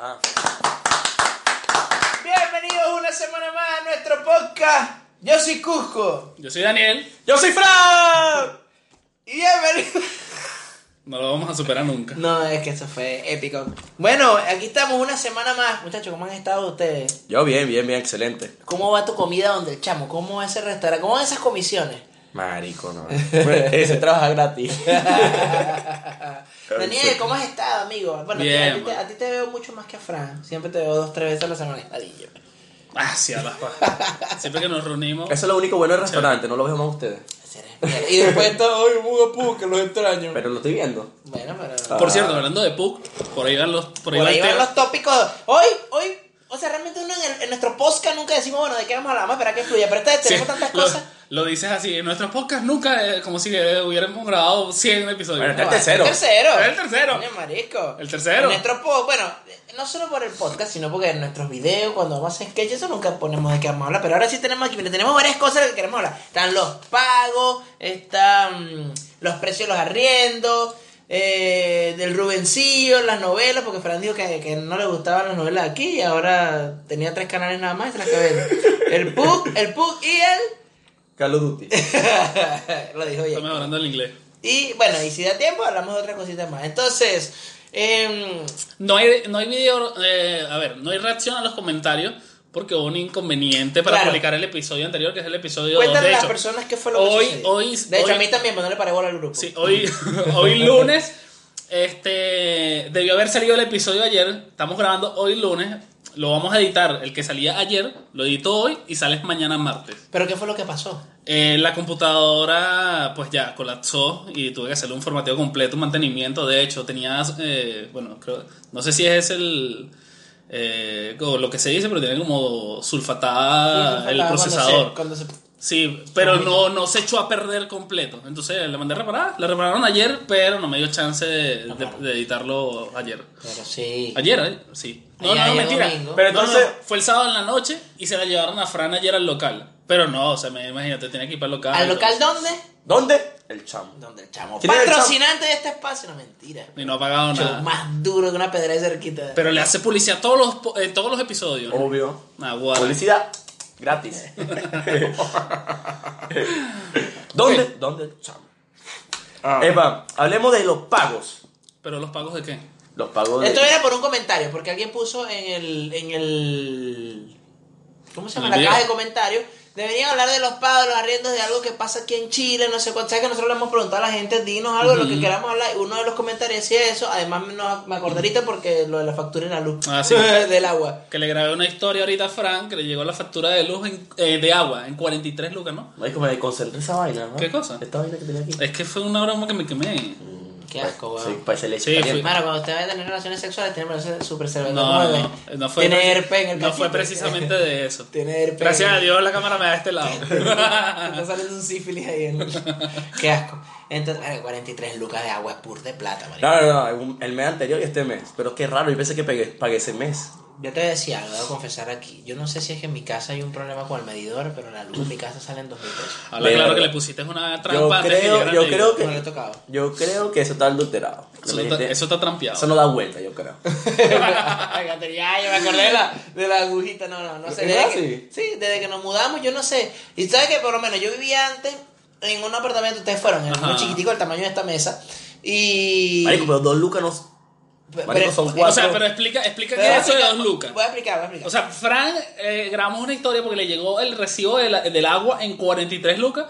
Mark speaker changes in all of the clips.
Speaker 1: Ah.
Speaker 2: una semana más a nuestro podcast. Yo soy Cusco.
Speaker 3: Yo soy Daniel,
Speaker 1: Yo soy Fran.
Speaker 2: Y bienvenido.
Speaker 3: no lo vamos a superar nunca.
Speaker 2: No, es que eso fue épico. Bueno, aquí estamos una semana más. Muchachos, ¿cómo han estado ustedes?
Speaker 1: Yo bien, bien, bien, excelente.
Speaker 2: ¿Cómo va tu comida donde el chamo? ¿Cómo va ese restaurante? ¿Cómo van esas comisiones?
Speaker 1: Marico, no. Ese trabaja gratis.
Speaker 2: Daniel, ¿cómo has estado, amigo? Bueno,
Speaker 3: Bien,
Speaker 2: a, ti te,
Speaker 3: man.
Speaker 2: a ti te veo mucho más que a Fran. Siempre te veo dos, tres veces a la semana. Ladillo.
Speaker 3: Ah, sí, a las pajas. Siempre que nos reunimos,
Speaker 1: Eso es lo único bueno del restaurante, no lo veo más ustedes.
Speaker 2: Ese eres mierda. Y después todo, ¡ay, buga, pu, que los extraño!
Speaker 1: Pero lo estoy viendo.
Speaker 2: Bueno, pero...
Speaker 3: por cierto, hablando de Puck, por ahí van los, por ahí
Speaker 2: Por
Speaker 3: va el
Speaker 2: ahí van
Speaker 3: tema.
Speaker 2: los tópicos. Hoy, hoy, o sea, realmente uno en, el- en nuestro podcast nunca decimos, bueno, de qué vamos a hablar, vamos a esperar que fluya. Pero esta vez
Speaker 3: Sí,
Speaker 2: tenemos tantas
Speaker 3: lo,
Speaker 2: cosas.
Speaker 3: lo dices así, en nuestros podcasts nunca, eh, como si eh, hubiéramos grabado 100 episodios.
Speaker 1: Bueno, está-
Speaker 2: No,
Speaker 1: el tercero.
Speaker 2: El tercero.
Speaker 3: El tercero.
Speaker 2: Coño, marico.
Speaker 3: El tercero.
Speaker 2: En nuestro po- bueno, no solo por el podcast, sino porque en nuestros videos, cuando vamos a hacer sketch, eso nunca ponemos de qué vamos a hablar. Pero ahora sí tenemos aquí, mira, tenemos varias cosas que queremos hablar. Están los pagos, están los precios de los arriendos. eh, del Rubencillo, las novelas, porque Fran dijo que, que no le gustaban las novelas de aquí y ahora tenía tres canales nada más y se las acabé. El PUC, el PUC y el...
Speaker 1: Call of Duty.
Speaker 2: Lo dijo ella.
Speaker 3: Estamos hablando el inglés.
Speaker 2: Y bueno, y si da tiempo, hablamos de otra cosita más. Entonces, em,
Speaker 3: No hay, no hay video, eh, a ver, no hay reacción a los comentarios porque hubo un inconveniente para
Speaker 2: Claro.
Speaker 3: publicar el episodio anterior, que es el episodio dos,
Speaker 2: cuéntale
Speaker 3: de
Speaker 2: a las
Speaker 3: hecho.
Speaker 2: personas qué fue lo
Speaker 3: hoy-
Speaker 2: que sucedió.
Speaker 3: hoy-
Speaker 2: de hecho,
Speaker 3: hoy-
Speaker 2: a mí también, pero no le paré bola al grupo.
Speaker 3: Sí, hoy, hoy lunes, este, debió haber salido el episodio ayer, estamos grabando hoy lunes, lo vamos a editar, el que salía ayer, lo edito hoy y sales mañana martes.
Speaker 2: Pero qué fue lo que pasó.
Speaker 3: Eh, la computadora pues ya colapsó y tuve que hacerle un formateo completo, un mantenimiento, de hecho tenía, eh, bueno, creo, no sé si es el... eh, o lo que se dice, pero tiene como sulfatada,
Speaker 2: Y
Speaker 3: Ah, el
Speaker 2: cuando
Speaker 3: procesador.
Speaker 2: se- cuando se-
Speaker 3: Sí, pero no, no se echó a perder completo. Entonces la mandé a reparar. La repararon ayer, pero no me dio chance de, de- de editarlo ayer.
Speaker 2: Pero sí.
Speaker 3: Ayer, ¿eh? sí. No,
Speaker 2: Ayer,
Speaker 3: no, mentira.
Speaker 2: domingo.
Speaker 3: Pero
Speaker 1: No,
Speaker 3: entonces
Speaker 1: no.
Speaker 3: fue el sábado en la noche y se la llevaron a Fran ayer al local. Pero no, o sea, me, imagínate, tenía que ir para el local.
Speaker 2: ¿Al local dónde?
Speaker 1: ¿Dónde? El chamo.
Speaker 2: Donde el chamo.
Speaker 1: ¿Quién es el chamo?
Speaker 2: Patrocinante de este espacio, no mentira.
Speaker 3: Y no ha pagado
Speaker 2: Chamo
Speaker 3: nada.
Speaker 2: más duro que una pedra de cerquita.
Speaker 3: Pero le hace publicidad a todos los, po- en todos los episodios.
Speaker 1: Obvio.
Speaker 3: Ah, guau.
Speaker 1: Publicidad gratis. ¿Dónde? ¿Dónde el chamo? Epa, hablemos de los pagos.
Speaker 3: Pero los pagos de qué?
Speaker 1: Los pagos de...
Speaker 2: Esto era por un comentario, porque alguien puso en el. En el ¿Cómo se llama?
Speaker 3: En
Speaker 2: La
Speaker 3: el
Speaker 2: caja de
Speaker 3: video.
Speaker 2: comentarios. Deberían hablar de los pagos, los arriendos, de algo que pasa aquí en Chile, no sé cuánto. ¿Sabes que nosotros le hemos preguntado a la gente? Dinos algo de lo que
Speaker 3: Ujú.
Speaker 2: queramos hablar. Uno de los comentarios decía eso. Además, no- me acordé ahorita porque lo de la factura y la luz.
Speaker 3: Ah, sí.
Speaker 2: Del agua.
Speaker 3: Que le grabé una historia ahorita a Fran, que le llegó la factura de luz en- eh, de agua en 43 lucas, ¿no?
Speaker 1: Marico, me concentré esa vaina, ¿no?
Speaker 3: ¿Qué cosa?
Speaker 1: Esta vaina que tenía aquí.
Speaker 3: Es que fue una broma que me quemé.
Speaker 2: Qué asco,
Speaker 1: Sí,
Speaker 2: weón.
Speaker 1: parece leche
Speaker 3: Pues, Sí,
Speaker 1: caliente.
Speaker 2: Mano, cuando usted va a tener relaciones sexuales, tiene relaciones súper
Speaker 3: No,
Speaker 2: cerveza.
Speaker 3: no, no, no fue,
Speaker 2: Tiene
Speaker 3: preci-
Speaker 2: herpes en el
Speaker 3: no fue
Speaker 2: cachete.
Speaker 3: precisamente de eso.
Speaker 2: Tiene herpes.
Speaker 3: Gracias a Dios la cámara me da este lado.
Speaker 2: Está saliendo un sífilis ahí en Qué asco. Entonces, verga, 43 lucas de agua es pur de plata, marico.
Speaker 1: No, no, no, un- el mes anterior y este mes. Pero qué raro, yo pensé que pegué- pagué ese mes.
Speaker 2: Yo te decía algo, debo confesar aquí. Yo no sé si es que en mi casa hay un problema con el medidor, pero la luz en mi casa sale en 2 mil pesos.
Speaker 3: Habla
Speaker 1: De
Speaker 3: claro que
Speaker 1: verdad.
Speaker 3: le pusiste una
Speaker 1: Yo
Speaker 3: trampa. antes de que
Speaker 1: creo,
Speaker 3: llegara
Speaker 1: yo
Speaker 3: el
Speaker 1: creo
Speaker 2: No le he
Speaker 1: que.
Speaker 2: tocado.
Speaker 1: Yo creo que eso está adulterado.
Speaker 3: libro. Eso
Speaker 1: Le
Speaker 3: está,
Speaker 1: metiste-
Speaker 3: eso está trampeado.
Speaker 1: eso no da vuelta, yo creo.
Speaker 2: Fíjate, ya, yo me acordé de la, de la agujita. No, no, no sé.
Speaker 1: ¿Es
Speaker 2: Desde que,
Speaker 1: así?
Speaker 2: sí, desde que nos mudamos, yo no sé. Y sabes que por lo menos yo vivía antes en un apartamento, ustedes fueron, en
Speaker 3: Ajá.
Speaker 2: uno chiquitico, el tamaño de esta mesa. Y.
Speaker 1: Marico, pero dos lucas no.
Speaker 2: Pe-
Speaker 1: marico,
Speaker 2: pero-
Speaker 1: son
Speaker 2: eh,
Speaker 3: o
Speaker 1: cuatro.
Speaker 3: sea, pero explica, explica
Speaker 2: voy
Speaker 3: qué
Speaker 2: a
Speaker 3: es eso de
Speaker 2: explicar-
Speaker 3: dos lucas.
Speaker 2: Voy a explicar, voy a explicar.
Speaker 3: O sea, Fran eh, grabamos una historia porque le llegó el recibo de la- del agua en 43 lucas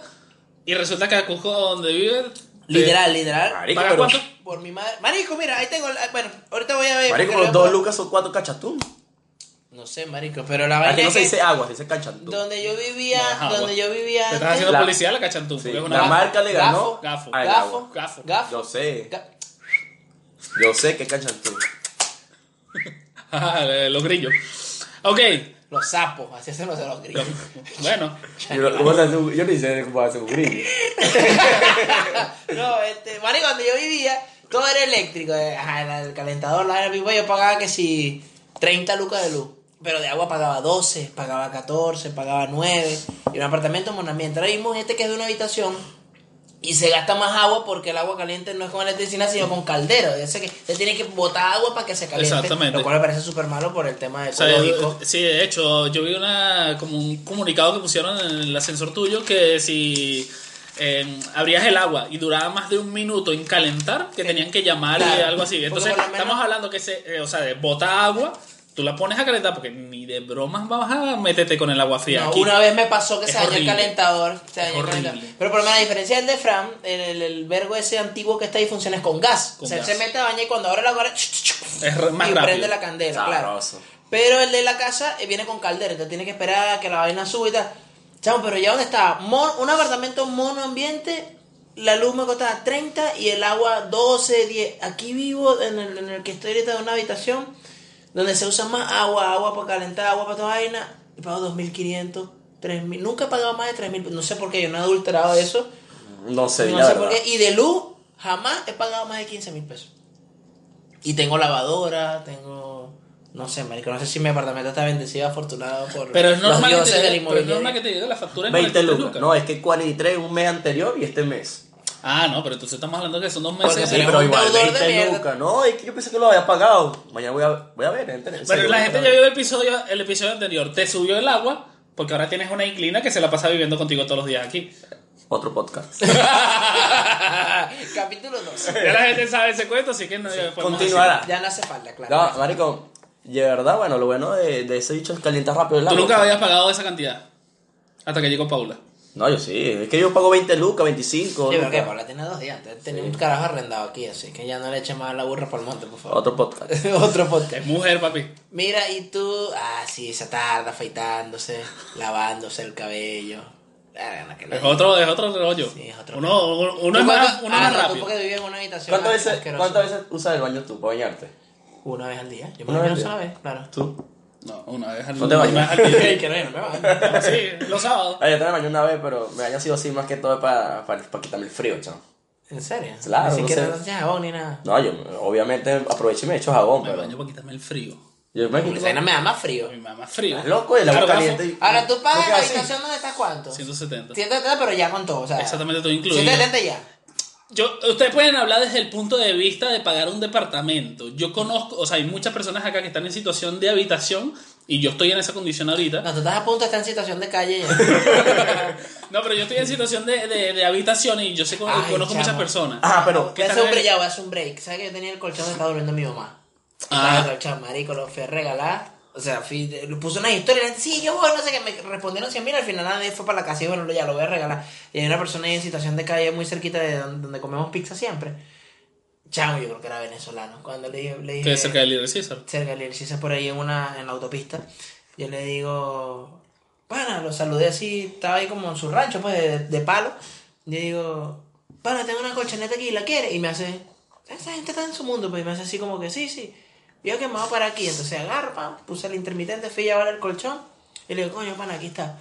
Speaker 3: y resulta que a Cusco, donde vive, te-
Speaker 2: literal, literal.
Speaker 1: Marico,
Speaker 3: ¿Paga
Speaker 1: pero.
Speaker 3: cuánto?
Speaker 2: Por mi madre. Marico, mira, ahí tengo. la- Bueno, ahorita voy a ver.
Speaker 1: Marico,
Speaker 2: porque luego-
Speaker 1: pero dos lucas son cuatro cachatún.
Speaker 2: No sé, marico, pero la vaina
Speaker 1: Aquí no
Speaker 2: es
Speaker 1: se
Speaker 2: que
Speaker 1: dice agua, se dice cachatún.
Speaker 2: donde yo vivía,
Speaker 3: No, es agua.
Speaker 2: donde yo vivía
Speaker 3: te estás
Speaker 2: antes-
Speaker 3: haciendo
Speaker 1: La-
Speaker 3: policía a la cachantú.
Speaker 1: Sí,
Speaker 3: porque es una
Speaker 1: la
Speaker 3: vaina.
Speaker 1: marca le ganó
Speaker 3: Gafo,
Speaker 1: al
Speaker 2: gafo,
Speaker 1: Ah, agua.
Speaker 3: Gafo.
Speaker 2: gafo.
Speaker 1: Yo sé,
Speaker 2: ga-
Speaker 1: yo sé que es cachatún.
Speaker 3: Ah, eh, los grillos. Ok,
Speaker 2: los sapos, así hacen los de los grillos.
Speaker 3: bueno.
Speaker 1: Yo no- ¿cómo se hace un- yo no hice cómo hace un grillo.
Speaker 2: no, este, marico, donde yo vivía, todo era eléctrico. eh, Ajá, era el calentador, la era vivo, yo pagaba que si 30 lucas de luz. Pero de agua pagaba 12, pagaba 14, pagaba 9. Y un apartamento monamiento. Ahora mismo este que es de una habitación, Y se gasta más agua porque el agua caliente no es con electricidad, sino con caldero. Ese que se tiene que botar agua para que se caliente.
Speaker 3: Exactamente.
Speaker 2: Lo cual me parece súper malo por el tema
Speaker 3: O sea,
Speaker 2: ecológico.
Speaker 3: eh, sí, de hecho, yo vi una, como un comunicado que pusieron en el ascensor tuyo que si eh, abrías el agua y duraba más de un minuto en calentar, que tenían que llamar y
Speaker 2: Claro.
Speaker 3: algo así.
Speaker 2: Porque
Speaker 3: Entonces,
Speaker 2: por lo menos-
Speaker 3: estamos hablando que se, eh, o sea, de bota agua, tú la pones a calentar porque ni de bromas vas a meterte con el agua fría.
Speaker 2: No,
Speaker 3: aquí.
Speaker 2: una vez me pasó que
Speaker 3: es
Speaker 2: se dañó el
Speaker 3: horrible.
Speaker 2: calentador. se dañó el
Speaker 3: horrible.
Speaker 2: calentador. Pero por lo menos, a diferencia del de Fran, el, el, el vergo ese antiguo que está ahí funciona es con gas.
Speaker 3: Con
Speaker 2: o sea, él
Speaker 3: gas.
Speaker 2: se mete a bañar y cuando abre la guarda
Speaker 3: Es re- más
Speaker 2: y
Speaker 3: rápido.
Speaker 2: prende la candela, claro.
Speaker 1: Sabroso.
Speaker 2: Pero el de la casa eh, viene con caldera, entonces tiene que esperar a que la vaina suba y tal. Chamo, pero ya donde estaba, mon- un apartamento monoambiente, la luz me costaba 30 y el agua 12, 10. Aquí vivo, en el, en el que estoy ahorita, en una habitación donde se usa más agua, agua para calentar, agua para toda vaina, y pago 2.500, 3.000. Nunca he pagado más de 3.000, no sé por qué, yo no he adulterado eso.
Speaker 1: No sé,
Speaker 2: No
Speaker 1: la
Speaker 2: sé
Speaker 1: verdad.
Speaker 2: por qué. Y de luz, jamás he pagado más de 15 mil pesos. Y tengo lavadora, tengo. No sé, marico. No sé si mi apartamento está bendecido, afortunado por.
Speaker 3: Pero es
Speaker 2: los
Speaker 3: normal, que te,
Speaker 2: dioses del
Speaker 3: llegue- pero es normal que
Speaker 2: inmobiliario.
Speaker 3: te llegue la factura en
Speaker 1: 20
Speaker 3: 43
Speaker 1: lucas. No, es que 43 un mes anterior y este mes.
Speaker 3: Ah, no, pero entonces estamos hablando que son dos
Speaker 2: Porque
Speaker 3: meses.
Speaker 2: sí,
Speaker 3: pero-
Speaker 2: un deudor de
Speaker 1: 20
Speaker 2: mierda.
Speaker 1: lucas. No, es que yo pensé que lo había pagado. Mañana voy a, voy a ver. gente. En
Speaker 3: Pero
Speaker 1: serio,
Speaker 3: la
Speaker 1: voy a
Speaker 3: gente ya
Speaker 1: ver.
Speaker 3: vio el episodio, el episodio anterior. Te subió el agua porque ahora tienes una inclina que se la pasa viviendo contigo todos los días aquí.
Speaker 1: Otro podcast.
Speaker 2: Ah, Capítulo 2.
Speaker 3: Ya la gente sabe ese cuento, así que no ya podemos
Speaker 1: Continuará.
Speaker 2: Ya no hace falta, claro.
Speaker 1: No, marico, de verdad, bueno, lo bueno de, de ese bicho es calientar rápido el
Speaker 3: decirlo.
Speaker 1: agua.
Speaker 3: Tú nunca habías pagado esa cantidad hasta que llegó Paula.
Speaker 1: No, yo sí, es que yo pago 20 lucas, 25.
Speaker 2: Yo creo
Speaker 1: nunca.
Speaker 2: que Paula tiene dos días. antes. Tenía un carajo arrendado aquí, así que ya no le eche más la burra para el monte, por favor.
Speaker 1: Otro podcast.
Speaker 2: Otro podcast.
Speaker 3: Es mujer, papi.
Speaker 2: Mira, y tú. Ah, sí, se tarda afeitándose, lavándose el cabello. Ah, no, que no.
Speaker 3: Es otro, es otro rollo.
Speaker 2: Sí, es otro
Speaker 3: uno uno- uno
Speaker 2: ¿Tú
Speaker 3: es más,
Speaker 2: cuántas-
Speaker 3: uno
Speaker 2: ah,
Speaker 3: es más
Speaker 2: no, tú
Speaker 3: rápido.
Speaker 2: porque vivías en una habitación
Speaker 1: ¿Cuántas veces,
Speaker 2: asquerosa.
Speaker 1: ¿Cuántas veces usas el baño tú para bañarte?
Speaker 2: Una vez al día. Yo me
Speaker 1: Una
Speaker 2: baño
Speaker 1: vez
Speaker 2: una
Speaker 1: al
Speaker 2: vez, claro.
Speaker 1: ¿Tú?
Speaker 3: No, una vez al
Speaker 1: No te
Speaker 3: una
Speaker 1: bañas.
Speaker 3: vez al día.
Speaker 2: que no, yo no me baño.
Speaker 3: Sí, los sábados.
Speaker 1: Ah, yo también me bañé una vez, pero me baño sido así más que todo para, para, para quitarme el frío, chao.
Speaker 2: ¿En serio? Ni
Speaker 1: Claro, no
Speaker 2: siquiera
Speaker 1: sé.
Speaker 2: no hacía jabón ni nada.
Speaker 1: No, yo obviamente aprovecho y me echo jabón,
Speaker 3: Me
Speaker 1: pero...
Speaker 3: baño para quitarme el frío.
Speaker 1: Yo me
Speaker 2: Porque esa vaina me da más frío.
Speaker 3: Mi mamá es frío.
Speaker 1: Estás loco y el agua
Speaker 3: Claro, gasto.
Speaker 1: caliente. y-
Speaker 2: Ahora tú
Speaker 1: ¿No
Speaker 2: pagas
Speaker 1: queda
Speaker 2: la
Speaker 1: así?
Speaker 2: habitación donde estás cuánto.
Speaker 3: 170.
Speaker 2: 170, pero ya con todo. O sea,
Speaker 3: Exactamente todo incluido.
Speaker 2: 170 ya.
Speaker 3: Yo, ustedes pueden hablar desde el punto de vista de pagar un departamento. Yo conozco, o sea, hay muchas personas acá que están en situación de habitación y yo estoy en esa condición ahorita.
Speaker 2: No, tú estás a punto de estar en situación de calle ya.
Speaker 3: No, pero yo estoy en situación de, de, de habitación y yo sé, con-
Speaker 2: Ay,
Speaker 3: conozco
Speaker 2: chamo.
Speaker 3: muchas personas.
Speaker 1: Ah, pero...
Speaker 2: Voy a
Speaker 3: tal
Speaker 2: hacer un
Speaker 3: vez-
Speaker 2: break, ya voy a hacer un break. ¿Sabes que yo tenía el colchón que estaba durmiendo mi mamá?
Speaker 3: Ah.
Speaker 2: Ah. El colchón, marico, lo fui a regalar. O sea, fui, le puse una historia, la gente, sí, yo voy, no sé qué, me respondieron 100 mil, al final nadie fue para la casa y bueno, ya lo voy a regalar. Y hay una persona ahí en situación de calle muy cerquita de donde, donde comemos pizza siempre. Chamo, yo creo que era venezolano. Cuando le dije... Le dije
Speaker 3: Que es cerca del líder César.
Speaker 2: cerca del Eliezer, por ahí en una en la autopista. Yo le digo, pana, lo saludé así, estaba ahí como en su rancho, pues, de, de palo. Yo digo, pana, tengo una colchoneta aquí, ¿la quiere? Y me hace, esa gente está en su mundo, pues, y me hace así como que, sí, sí. Y Yo que me voy para aquí, entonces agarro, pam, puse el intermitente, fui a llevar el colchón. Y le digo, coño, pana, aquí está.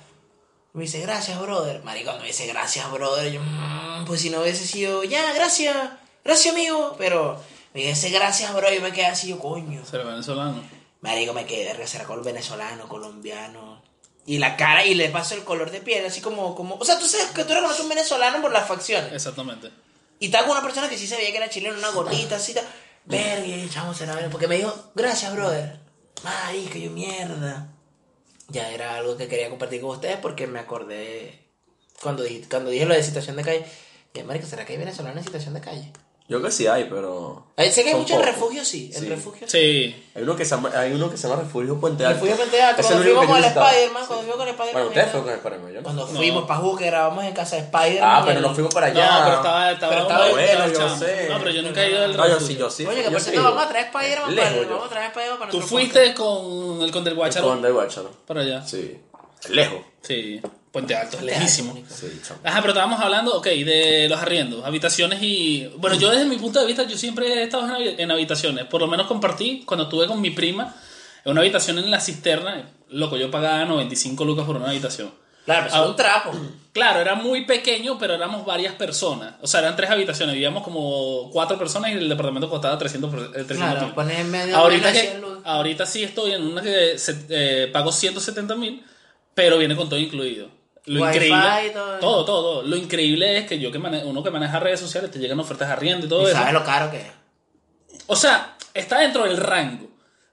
Speaker 2: Me dice, gracias, brother. Marico, me dice, gracias, brother. Yo, "Mm, pues si no hubiese sido, ya, gracias, gracias, amigo. Pero me dice, gracias, bro. Y me quedé así, yo, coño.
Speaker 3: Ser venezolano.
Speaker 2: Marico, me quedé verga, será col venezolano, colombiano. Y la cara, y le paso el color de piel, así como, como. O sea, tú sabes que tú reconoces un venezolano por las facciones.
Speaker 3: Exactamente.
Speaker 2: Y estaba con una persona que sí sabía que era chileno, una gordita, así. tal. Verga, y chamo, será venezolano. Porque me dijo, gracias, brother. Marico, yo mierda. Ya era algo que quería compartir con ustedes porque me acordé. Cuando dije, cuando dije lo de situación de calle. Que, marico, ¿será que hay venezolanos en situación de calle?
Speaker 1: Yo creo que sí hay, pero...
Speaker 2: Eh, Sé que hay
Speaker 1: son
Speaker 2: mucho en
Speaker 1: pocos.
Speaker 2: refugio, sí. En
Speaker 1: Sí.
Speaker 2: refugio,
Speaker 3: Sí.
Speaker 1: Hay uno que se llama, hay uno que se llama Refugio Puente Alto.
Speaker 2: Refugio Puente Alto,
Speaker 1: Ese es
Speaker 2: cuando
Speaker 1: el único
Speaker 2: fuimos
Speaker 1: que yo
Speaker 2: con el
Speaker 1: visitaba.
Speaker 2: Spider-Man, cuando fuimos con el Spider-Man.
Speaker 1: Bueno, ustedes fueron con el Spider-Man, yo no.
Speaker 2: Cuando
Speaker 3: No.
Speaker 2: fuimos para jugar que grabamos en casa de Spider.
Speaker 1: Ah, pero no fuimos para allá.
Speaker 3: No, pero estaba, estaba,
Speaker 2: Pero estaba
Speaker 3: bueno,
Speaker 1: bueno, yo
Speaker 3: chamo.
Speaker 1: sé.
Speaker 3: No, pero yo nunca he ido al
Speaker 1: No, yo
Speaker 3: refugio.
Speaker 1: sí, yo sí.
Speaker 2: Oye, que
Speaker 1: yo
Speaker 2: por
Speaker 1: sí
Speaker 2: cierto,
Speaker 1: he ido.
Speaker 2: vamos a traer Spider-Man para
Speaker 1: Lejos yo.
Speaker 2: Vamos a traer Spider-Man para
Speaker 3: Tú
Speaker 2: nuestro
Speaker 3: fuiste con el Conde del Guácharo
Speaker 1: Con el Guácharo.
Speaker 3: para allá.
Speaker 1: Sí. Lejos.
Speaker 3: Sí. Puente Alto, es
Speaker 2: podcast.
Speaker 3: lejísimo.
Speaker 1: Sí, chamo.
Speaker 3: Ajá, pero estábamos hablando, ok, de los arriendos, habitaciones y... Bueno, yo desde mi punto de vista, yo siempre he estado en, habi- en habitaciones. Por lo menos compartí cuando estuve con mi prima en una habitación en la cisterna. Loco, yo pagaba 95 lucas por una habitación.
Speaker 2: Claro, pero es
Speaker 3: Ah.
Speaker 2: un trapo.
Speaker 1: Mm,
Speaker 3: Claro, era muy pequeño, pero éramos varias personas. O sea, eran tres habitaciones, vivíamos como cuatro personas y el departamento costaba 300 por- eh, 300
Speaker 2: Claro,
Speaker 3: mil.
Speaker 2: pones en medio
Speaker 3: Ahorita,
Speaker 2: de
Speaker 3: que- ahorita sí estoy en una que se- eh, pago 170 mil, pero viene con todo incluido. Lo
Speaker 2: Wi-Fi,
Speaker 3: increíble,
Speaker 2: todo.
Speaker 3: todo, todo, todo. Lo increíble es que yo que mane- uno que maneja redes sociales te llegan ofertas de arriendo y todo
Speaker 2: Y
Speaker 3: eso.
Speaker 2: sabes lo caro que es.
Speaker 3: O sea, está dentro del rango.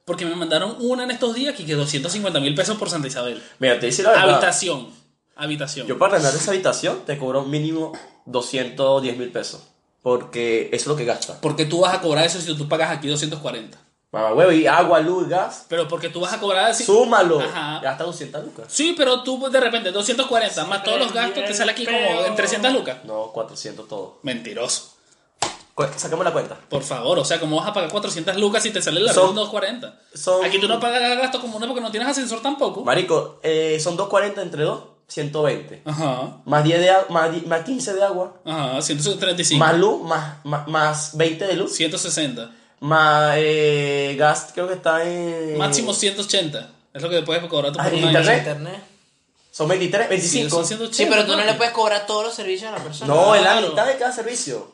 Speaker 3: Porque me mandaron una en estos días que quedó 250 mil pesos por Santa Isabel.
Speaker 1: Mira, te dice la verdad.
Speaker 3: Habitación. Habitación.
Speaker 1: Yo para arrendar esa habitación te cobro mínimo 210 mil pesos. Porque eso es lo que gasta.
Speaker 3: ¿Por qué tú vas a cobrar eso si tú pagas aquí 240?
Speaker 1: Mamá, huevo, y agua, luz, gas.
Speaker 3: Pero porque tú vas a cobrar así.
Speaker 1: Súmalo.
Speaker 3: Ajá.
Speaker 1: Gasta 200 lucas.
Speaker 3: Sí, pero tú de repente 240 más todos los gastos te sale aquí como en 300 lucas.
Speaker 1: No, 400 todo.
Speaker 3: Mentiroso.
Speaker 1: Cu- Saquemos la cuenta.
Speaker 3: Por favor, o sea, ¿cómo vas a pagar 400 lucas si te sale la
Speaker 1: Son-
Speaker 3: red 240?
Speaker 1: son-
Speaker 3: Aquí tú no pagas gastos comunes porque no tienes ascensor tampoco.
Speaker 1: Marico, eh, son 240 entre 2, 120.
Speaker 3: Ajá.
Speaker 1: Más 10 de agua, más, di- más 15 de agua.
Speaker 3: Ajá, 135.
Speaker 1: Más luz, más, más, más 20 de luz.
Speaker 3: 160.
Speaker 1: Más eh, gas, creo que está en.
Speaker 3: Máximo 180. Es lo que puedes cobrar tú
Speaker 1: Ah,
Speaker 3: por
Speaker 1: ¿y
Speaker 3: un año.
Speaker 1: internet?
Speaker 2: Internet.
Speaker 1: Son 23,
Speaker 3: Sí,
Speaker 1: 25.
Speaker 3: son 180.
Speaker 2: Sí, pero tú no le
Speaker 3: papi.
Speaker 2: puedes cobrar todos los servicios a la persona.
Speaker 1: No, es la
Speaker 3: Claro.
Speaker 1: mitad de cada servicio.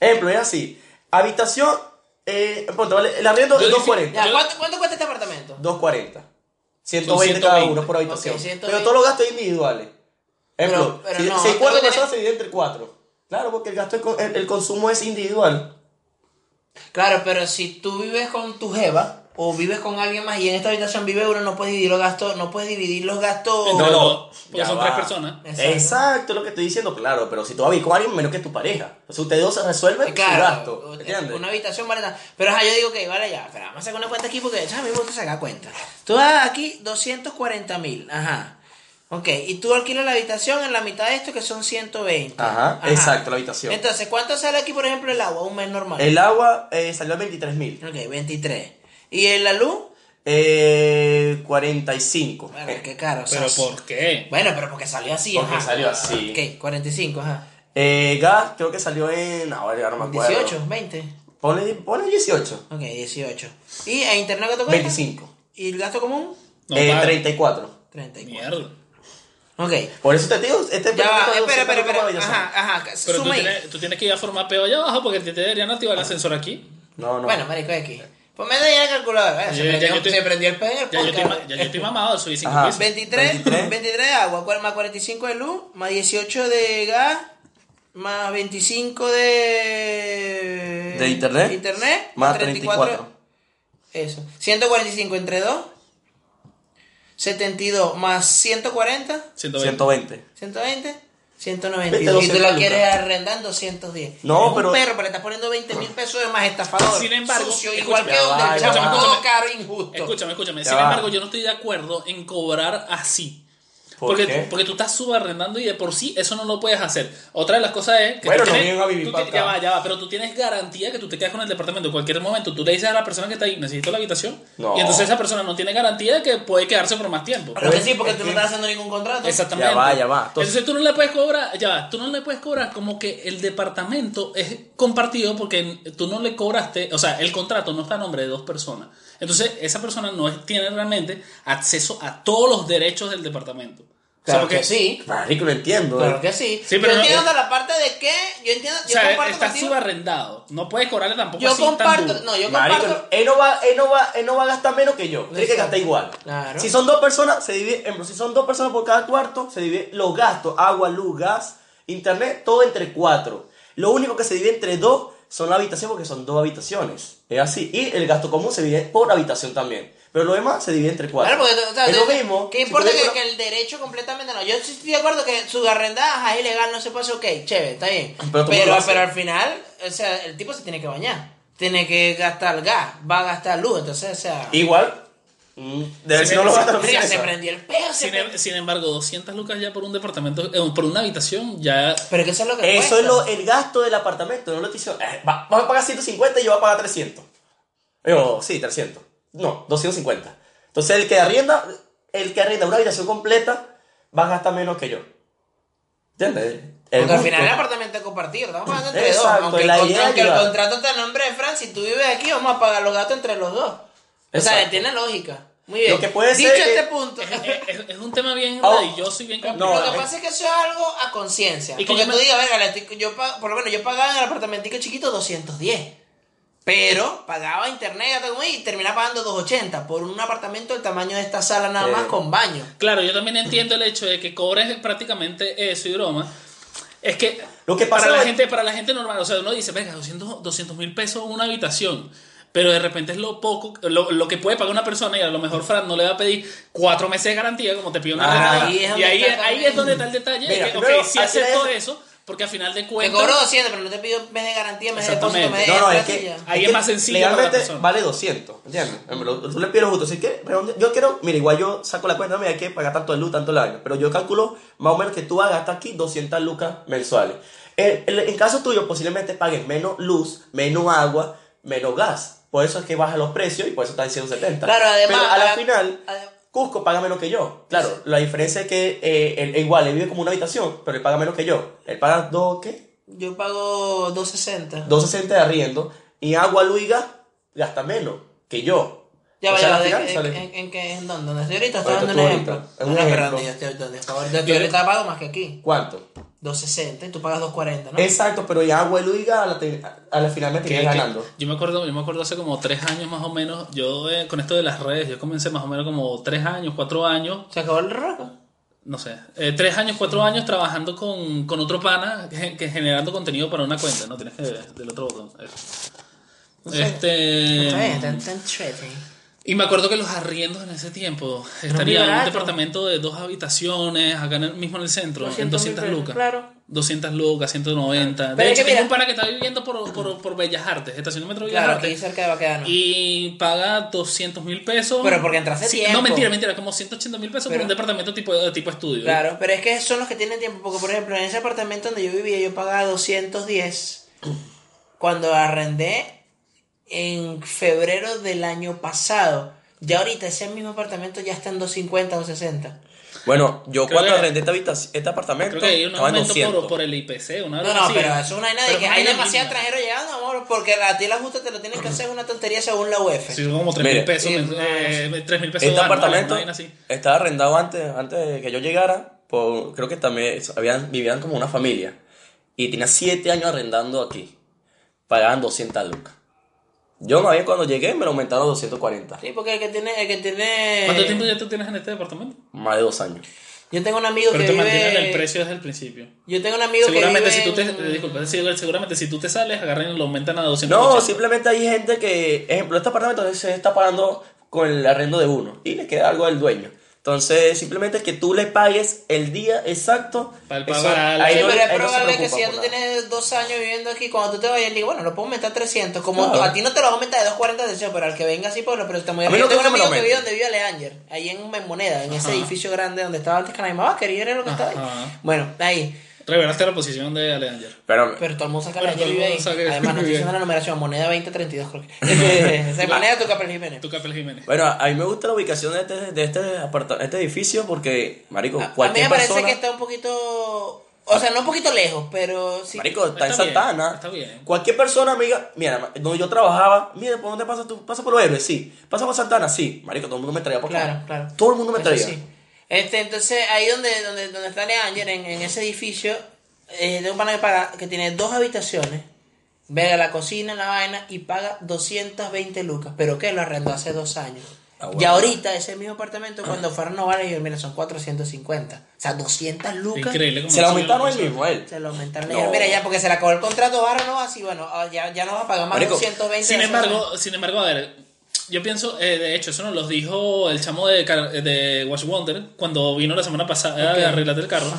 Speaker 1: Ejemplo, es así. Habitación, eh, ponte, vale, el arriendo
Speaker 3: Yo
Speaker 1: es
Speaker 3: dije-
Speaker 1: 240.
Speaker 2: Ya,
Speaker 3: Yo-
Speaker 2: ¿cuánto, cuánto cuesta este apartamento?
Speaker 1: 240.
Speaker 3: 120.
Speaker 1: 120 cada uno por habitación.
Speaker 2: Ok, 120.
Speaker 1: Pero todos los gastos individuales. Ejemplo,
Speaker 2: Pero- pero
Speaker 1: si,
Speaker 2: no,
Speaker 1: si hay
Speaker 2: tú
Speaker 1: cuatro
Speaker 2: lo que
Speaker 1: personas se divide entre cuatro. Claro, porque el gasto es con- el, el consumo es individual.
Speaker 2: Claro, pero si tú vives con tu jeva o vives con alguien más y en esta habitación vive uno, no puedes dividir los gastos, no puedes dividir los gastos.
Speaker 3: No, no, porque
Speaker 1: ya
Speaker 3: son tres personas.
Speaker 2: Exacto.
Speaker 1: Exacto. es lo que estoy diciendo, claro, pero si tú vas a vivir con alguien menos que tu pareja. Entonces ustedes dos se resuelven su gasto.
Speaker 2: Claro,
Speaker 1: ¿Entiendes?
Speaker 2: una habitación vale nada. Pero ajá, yo digo que vale ya, pero vamos a sacar una cuenta aquí porque ya, a mí me gusta sacar cuenta. Tú vas aquí 240 mil, ajá. Ok, y tú alquilas la habitación en la mitad de esto que son 120.
Speaker 1: Ajá, exacto, la habitación.
Speaker 2: Entonces, ¿cuánto sale aquí, por ejemplo, el agua? Un mes normal.
Speaker 1: El agua eh, salió a 23 mil.
Speaker 2: Ok, 23. ¿Y el la luz?
Speaker 1: Eh, 45.
Speaker 2: Bueno, qué caro. o sea,
Speaker 3: ¿Pero por qué?
Speaker 2: Bueno, pero porque salió así,
Speaker 1: Eh, Porque
Speaker 2: ajá.
Speaker 1: salió así.
Speaker 2: Ok, 45, ajá.
Speaker 1: Eh, gas, creo que salió en. Ahora ya no me acuerdo.
Speaker 2: 18, 20.
Speaker 1: Ponle, ponle 18.
Speaker 2: Ok, 18. ¿Y a internet cuánto cuesta?
Speaker 1: 25.
Speaker 2: ¿Y el gasto común?
Speaker 3: No
Speaker 1: eh,
Speaker 3: paga.
Speaker 1: 34.
Speaker 2: 34.
Speaker 3: Mierda.
Speaker 2: Ok.
Speaker 1: Por eso te digo, este
Speaker 2: Ya va, espera,
Speaker 1: proyecto de
Speaker 2: espera,
Speaker 1: 200 lucas
Speaker 2: espera.
Speaker 1: maravilloso.
Speaker 2: Ajá, ajá.
Speaker 3: Pero tú
Speaker 2: Suma ahí.
Speaker 3: tienes, tú tienes que ir a formar peo allá abajo porque te deberían activar el ascensor aquí.
Speaker 1: No, no.
Speaker 2: Bueno, marico, X. Ponme ahí en el calculador. Bueno, se,
Speaker 3: Ya, ya
Speaker 2: prendió,
Speaker 3: yo te-
Speaker 2: se prendió el pedo.
Speaker 3: Ya yo estoy, ma- ya yo estoy mamado, subí 5
Speaker 1: Ajá.
Speaker 3: pisos.
Speaker 2: 23,
Speaker 1: 23.
Speaker 2: 23 de agua, cuál- más 45 de luz, más 18 de gas, más 25 de...
Speaker 1: De internet.
Speaker 2: Internet.
Speaker 1: Más 34.
Speaker 2: Eso. 145 entre 2. 72 más 140.
Speaker 3: 120.
Speaker 1: 120.
Speaker 2: 120.
Speaker 1: Vete,
Speaker 2: 192. Y
Speaker 1: 200
Speaker 2: tú la
Speaker 1: lucas.
Speaker 2: quieres arrendar 210.
Speaker 1: No,
Speaker 2: Eres un
Speaker 1: pero-
Speaker 2: perro, pero le estás poniendo 20 mil pesos de más estafador.
Speaker 3: Sin embargo,
Speaker 2: Sucio, igual
Speaker 3: escúchame,
Speaker 2: que un
Speaker 1: ya va,
Speaker 2: del
Speaker 1: ya
Speaker 2: chamo.
Speaker 1: va.
Speaker 2: Todo caro e injusto.
Speaker 3: Escúchame, escúchame.
Speaker 1: Ya
Speaker 3: Sin
Speaker 1: va.
Speaker 3: embargo, yo no estoy de acuerdo en cobrar así.
Speaker 1: ¿Por
Speaker 3: porque,
Speaker 1: qué?
Speaker 3: porque tú estás subarrendando y de por sí eso no lo puedes hacer. Otra de las cosas es que.
Speaker 1: Bueno,
Speaker 3: tú
Speaker 1: no
Speaker 3: tienes-
Speaker 1: vienen a vivir
Speaker 3: tú
Speaker 1: pa'
Speaker 3: tienes- ya
Speaker 1: acá.
Speaker 3: va, ya va, pero tú tienes garantía que tú te quedas con el departamento en cualquier momento. Tú le dices a la persona que está ahí, necesito la habitación.
Speaker 1: No.
Speaker 3: Y entonces esa persona no tiene garantía de que puede quedarse por más tiempo.
Speaker 2: Claro que sí, porque
Speaker 1: Es
Speaker 2: tú
Speaker 1: que-
Speaker 2: no estás haciendo ningún contrato.
Speaker 3: Exactamente.
Speaker 1: Ya va, ya va.
Speaker 3: Entonces,
Speaker 1: Entonces-
Speaker 3: tú no le puedes cobrar, ya va, tú no le puedes cobrar como que el departamento es compartido porque tú no le cobraste, o sea, el contrato no está a nombre de dos personas. Entonces, esa persona no es- tiene realmente acceso a todos los derechos del departamento. O sea,
Speaker 2: Claro
Speaker 3: porque-
Speaker 2: que sí.
Speaker 1: Marico, lo entiendo.
Speaker 2: Claro
Speaker 1: eh.
Speaker 2: que sí.
Speaker 3: Sí,
Speaker 2: yo
Speaker 3: pero no-
Speaker 2: entiendo hasta la parte de que. Yo entiendo.
Speaker 3: O
Speaker 2: Yo
Speaker 3: sea,
Speaker 2: comparto
Speaker 3: está
Speaker 2: contigo.
Speaker 3: subarrendado. No puedes cobrarle tampoco
Speaker 2: Yo
Speaker 3: así tan
Speaker 2: comparto.
Speaker 3: duro.
Speaker 2: No, yo
Speaker 1: Marico,
Speaker 2: comparto.
Speaker 1: él no, va, él, no va, él no va a gastar menos que yo. Tiene que
Speaker 2: Exacto.
Speaker 1: gastar igual.
Speaker 2: Claro.
Speaker 1: Si son dos personas, se divide. ejemplo, si son dos personas por cada cuarto, se divide los gastos: agua, luz, gas, internet, todo entre cuatro. Lo único que se divide entre dos son la habitación porque son dos habitaciones. Es así. Y el gasto común se divide por habitación también. Pero lo demás se divide entre cuatro.
Speaker 2: Claro, porque, o sea,
Speaker 1: es
Speaker 2: te-
Speaker 1: lo mismo.
Speaker 2: ¿Qué
Speaker 1: si
Speaker 2: importa
Speaker 1: tú
Speaker 2: que,
Speaker 1: ves-
Speaker 2: que el derecho completamente no? Yo sí estoy de acuerdo que subarrendada ajá, es ilegal, no se pase, ok, chévere, está bien.
Speaker 1: Pero
Speaker 2: Pero,
Speaker 1: todo el mundo
Speaker 2: pero,
Speaker 1: lo hace.
Speaker 2: al final, o sea, el tipo se tiene que bañar. Tiene que gastar gas, va a gastar luz, entonces, o sea.
Speaker 1: Igual. mm, de ver
Speaker 3: Sí,
Speaker 1: si no lo
Speaker 3: sí,
Speaker 1: gastan
Speaker 3: sí,
Speaker 2: Mira,
Speaker 1: bien.
Speaker 2: se prendió el peo, se
Speaker 3: Sin, em,
Speaker 2: prendió-
Speaker 3: sin embargo, 200 lucas ya por un departamento, eh, por una habitación, ya.
Speaker 2: Pero que eso es lo que.
Speaker 1: Eso es
Speaker 2: cuesta.
Speaker 1: lo, el gasto del apartamento, no lo te hicieron. eh, va- vas a pagar 150 y yo voy a pagar 300. Yo, sí, 300. No, 250. Entonces el que arrienda, el que arrienda una habitación completa va a gastar menos que yo. ¿Entiendes? El
Speaker 2: Porque al final el
Speaker 1: gusto.
Speaker 2: apartamento es compartido, estamos pagando entre
Speaker 1: Exacto,
Speaker 2: dos. Aunque, el,
Speaker 1: la
Speaker 2: contra-
Speaker 1: idea
Speaker 2: aunque el
Speaker 1: ayuda.
Speaker 2: contrato está a nombre de Fran, si tú vives aquí, vamos a pagar los gastos entre los dos. O sea,
Speaker 1: Exacto.
Speaker 2: tiene lógica. Muy bien.
Speaker 1: Lo que puede
Speaker 2: Dicho
Speaker 1: ser
Speaker 2: este
Speaker 1: que-
Speaker 2: punto.
Speaker 3: Es, eh, es- es un tema bien
Speaker 1: Oh.
Speaker 3: radilloso y bien complicado.
Speaker 1: No,
Speaker 2: lo que
Speaker 1: eh.
Speaker 2: pasa es que eso es algo a conciencia.
Speaker 3: Y que
Speaker 2: Porque
Speaker 3: yo
Speaker 2: tú
Speaker 3: me-
Speaker 2: digas, verga, la tic- yo pa- por lo menos yo pagaba en el apartamentico chiquito 210. Pero pagaba internet gato, como, y terminaba pagando 280 por un apartamento del tamaño de esta sala nada
Speaker 1: Eh.
Speaker 2: más con baño.
Speaker 3: Claro, yo también entiendo el hecho de que cobres prácticamente eso y broma. Es que,
Speaker 1: Lo que pasa
Speaker 3: para la
Speaker 1: es-
Speaker 3: gente para la gente normal, o sea, uno dice, venga, 200 200 mil pesos una habitación. Pero de repente es lo poco, lo, lo que puede pagar una persona y a lo mejor Fran no le va a pedir cuatro meses de garantía como te pide una
Speaker 1: Ah,
Speaker 3: garantía.
Speaker 2: ahí es donde
Speaker 3: y ahí,
Speaker 2: está el
Speaker 3: ahí
Speaker 2: detalle.
Speaker 3: es donde está el detalle.
Speaker 1: Mira,
Speaker 3: de que, ok,
Speaker 1: primero,
Speaker 3: sí
Speaker 1: aquí la
Speaker 3: acepto
Speaker 1: es-
Speaker 3: eso, porque al final de
Speaker 2: Te
Speaker 3: cuentas...
Speaker 2: cobró 200, pero no te pido mes de garantía, mes de depósito, mes
Speaker 3: Exactamente.
Speaker 2: de
Speaker 1: No, no, es
Speaker 2: entrada y
Speaker 1: que.
Speaker 2: ya.
Speaker 3: Ahí es
Speaker 1: que
Speaker 3: más sencillo para la
Speaker 1: Legalmente
Speaker 3: persona.
Speaker 1: vale 200, ¿entiendes? En verdad, Tú le pides lo justo. Así que, redonde- yo quiero. Mira, igual yo saco la cuenta, mira, hay que pagar tanto de luz, tanto el año. Pero yo calculo más o menos que tú vas a gastar aquí 200 lucas mensuales. En, en- en caso tuyo, posiblemente pagues menos luz, menos agua, menos gas. Por eso es que bajan los precios y por eso está diciendo 70.
Speaker 2: Claro, además,
Speaker 1: Pero a la
Speaker 2: adem-
Speaker 1: final.
Speaker 2: adem-
Speaker 1: Cusco paga menos que yo. Claro, la diferencia es que eh, él- igual él vive como una habitación, pero él paga menos que yo. Él paga dos, ¿qué?
Speaker 2: Yo pago 260.
Speaker 1: 260 de arriendo y agua luiga gasta menos que yo.
Speaker 2: Ya
Speaker 1: O
Speaker 2: va,
Speaker 1: sea,
Speaker 2: ya va,
Speaker 1: al
Speaker 2: ¿de-
Speaker 1: final
Speaker 2: en,
Speaker 1: sale-
Speaker 2: en, en qué- en dónde? ¿Dónde estoy ahorita? Estoy
Speaker 1: Ahorita
Speaker 2: dando
Speaker 1: tú
Speaker 2: un ejemplo.
Speaker 1: ahorita.
Speaker 2: No,
Speaker 1: Un
Speaker 2: no, pero
Speaker 1: ejemplo.
Speaker 2: donde yo estoy ahorita, donde, por favor. Yo estoy ahorita pago más que aquí.
Speaker 1: ¿Cuánto?
Speaker 2: 260 y tú pagas 240, ¿no?
Speaker 1: Exacto, pero y agua luiga a la, te- a la final me
Speaker 3: que-
Speaker 1: terminé
Speaker 3: que-
Speaker 1: ganando.
Speaker 3: yo me acuerdo, yo me acuerdo hace como tres años más o menos, yo eh, con esto de las redes, yo comencé más o menos como tres años, cuatro años,
Speaker 2: Se acabó el roco.
Speaker 3: no sé, eh, tres años, cuatro años trabajando con, con otro pana que, que generando contenido para una cuenta, ¿no? Tienes que del otro botón. eso. Este.
Speaker 2: Está bien, está- está entrete.
Speaker 3: Y me acuerdo que los arriendos en ese tiempo
Speaker 2: muy
Speaker 3: estaría un
Speaker 2: barato.
Speaker 3: departamento de dos habitaciones, acá en el- mismo en el centro,
Speaker 2: 200.000
Speaker 3: en 200
Speaker 2: pesos,
Speaker 3: lucas.
Speaker 2: claro.
Speaker 3: 200 lucas, 190.
Speaker 2: Pero
Speaker 3: de
Speaker 2: es
Speaker 3: hecho,
Speaker 2: que mira-
Speaker 3: tengo un pana que está viviendo por, por, por Bellas Artes, estación de metro Bellas
Speaker 2: Claro,
Speaker 3: Artes.
Speaker 2: aquí cerca de Baquedano.
Speaker 3: Y paga 200 mil pesos.
Speaker 2: Pero porque entraste
Speaker 3: Sí,
Speaker 2: tiempo.
Speaker 3: No, mentira, mentira, como 180 mil pesos por
Speaker 2: Pero-
Speaker 3: un departamento tipo, tipo estudio.
Speaker 2: Claro, pero es que son los que tienen tiempo. Porque, por ejemplo, en ese apartamento donde yo vivía, yo pagaba 210 cuando arrendé en febrero del año pasado. Ya ahorita ese mismo apartamento ya está en 250 o 60.
Speaker 1: Bueno, yo
Speaker 3: Creo
Speaker 1: cuando
Speaker 3: que-
Speaker 1: arrendé esta habitación, este apartamento,
Speaker 3: Creo que hay un
Speaker 1: estaba en
Speaker 3: aumento
Speaker 1: 200.
Speaker 3: por, por el IPC, una
Speaker 2: No,
Speaker 3: broma
Speaker 2: no,
Speaker 3: así. ¿eh?
Speaker 2: pero eso es una vaina de
Speaker 3: Pero
Speaker 2: que
Speaker 3: una
Speaker 2: hay
Speaker 3: vaina
Speaker 2: demasiado
Speaker 3: mínima.
Speaker 2: extranjero llegando, amor, porque a ti la justa te lo tienen que hacer es una tontería según la UEFA.
Speaker 3: Sí, son como 3
Speaker 1: Mire,
Speaker 3: mil pesos,
Speaker 2: sí,
Speaker 3: men-
Speaker 2: no,
Speaker 3: eh, 3 mil pesos
Speaker 1: Este
Speaker 3: anuales,
Speaker 1: apartamento
Speaker 3: una vaina así.
Speaker 1: estaba arrendado antes, antes de que yo llegara. Por, creo que también habían, vivían como una familia. Y tenía 7 años arrendando aquí. Pagaban 200 lucas. Yo más bien cuando llegué me lo aumentaron a 240.
Speaker 2: Sí, porque el que tiene, el que tiene.
Speaker 3: ¿Cuánto tiempo ya tú tienes en este departamento?
Speaker 1: Más de 2 años.
Speaker 2: Yo tengo un amigo
Speaker 3: Pero
Speaker 2: que
Speaker 3: te
Speaker 2: vive.
Speaker 3: mantienen el precio desde el principio.
Speaker 2: Yo tengo un amigo
Speaker 3: Seguramente
Speaker 2: que
Speaker 3: si
Speaker 2: vive
Speaker 3: tú te,
Speaker 2: en-
Speaker 3: eh, disculpa, sí, seguramente si tú te sales, agarran y lo aumentan a 200.
Speaker 1: No, simplemente hay gente que, ejemplo, este apartamento se está pagando con el arrendo de uno y le queda algo al dueño. Entonces, simplemente que tú le pagues el día exacto.
Speaker 3: Para el
Speaker 1: eso-
Speaker 3: pagar al-
Speaker 1: ahí
Speaker 2: Sí,
Speaker 1: no-
Speaker 2: pero
Speaker 1: ahí
Speaker 2: es
Speaker 1: no se
Speaker 2: probable que
Speaker 1: preocupa
Speaker 2: si ya
Speaker 1: por
Speaker 2: tú
Speaker 1: nada.
Speaker 2: tienes dos años viviendo aquí, cuando tú te vayas, le digo, bueno, lo puedo aumentar a 300. Como
Speaker 1: Claro.
Speaker 2: a ti no te lo vas a aumentar de 2.40 de pero al que venga así, pues lo pero está muy
Speaker 1: A mí
Speaker 2: bien.
Speaker 1: no
Speaker 2: Yo tengo un
Speaker 1: creo que me lo
Speaker 2: amigo que vive
Speaker 1: aumente.
Speaker 2: donde vive Leanger, ahí en, en Moneda, en ese edificio grande donde estaba antes Canaima Basker, y era lo que estaba ahí.
Speaker 3: Ajá.
Speaker 2: Bueno, ahí.
Speaker 3: Revelaste la posición de Aleanger.
Speaker 1: Pero,
Speaker 2: Pero todo el mundo saca
Speaker 3: Pero
Speaker 2: la
Speaker 3: todo el
Speaker 2: vive ahí.
Speaker 3: mundo saca-
Speaker 2: Además, no estoy haciendo la numeración, moneda 2032, creo que. Eh, Se maneja tu capel Jiménez.
Speaker 3: Tu Capel Jiménez.
Speaker 1: bueno, a mí me gusta la ubicación de este, de este, aparta- este edificio porque, marico,
Speaker 2: A a mí
Speaker 1: cualquier
Speaker 2: me parece
Speaker 1: persona.
Speaker 2: que está un poquito. O sea, no un poquito lejos, pero sí.
Speaker 1: Marico, está, en
Speaker 3: Está bien,
Speaker 1: Santana.
Speaker 3: está bien.
Speaker 1: Cualquier persona, amiga, mira, ma- donde yo trabajaba, mira, ¿por dónde pasas tú? ¿Pasa por los héroes? Sí. ¿Pasa por Santana? Sí. Marico, todo el mundo me traía por acá.
Speaker 2: Claro, claro.
Speaker 1: Todo el mundo me
Speaker 2: Eso
Speaker 1: traía.
Speaker 2: sí. Este, entonces, ahí donde, donde, donde está Leanger, en, en ese edificio, eh, de un pana que paga, que tiene dos habitaciones, vega la cocina, la vaina, y paga 220 lucas. Pero que lo arrendó hace dos años.
Speaker 1: Ah, bueno.
Speaker 2: Y ahorita, ese mismo apartamento, cuando fueron no vale, yo, mira, son 450. O sea, 200 lucas.
Speaker 3: Increíble. cómo
Speaker 1: Se la
Speaker 3: enseñan
Speaker 1: aumentaron
Speaker 3: las
Speaker 1: él
Speaker 3: cosas.
Speaker 1: mismo, a él.
Speaker 2: Se lo aumentaron.
Speaker 1: No.
Speaker 2: Mira, ya, porque se le acabó el contrato, ahora no, así, bueno, ah, ya, ya no va a pagar más
Speaker 1: Marico,
Speaker 2: 220.
Speaker 3: Sin
Speaker 2: de esa-
Speaker 3: embargo, sin embargo, a ver, yo pienso, eh, de hecho, eso nos lo dijo el chamo de, Car- de Wash Wonder cuando vino la semana pasada
Speaker 2: Ok.
Speaker 3: a arreglarte el carro,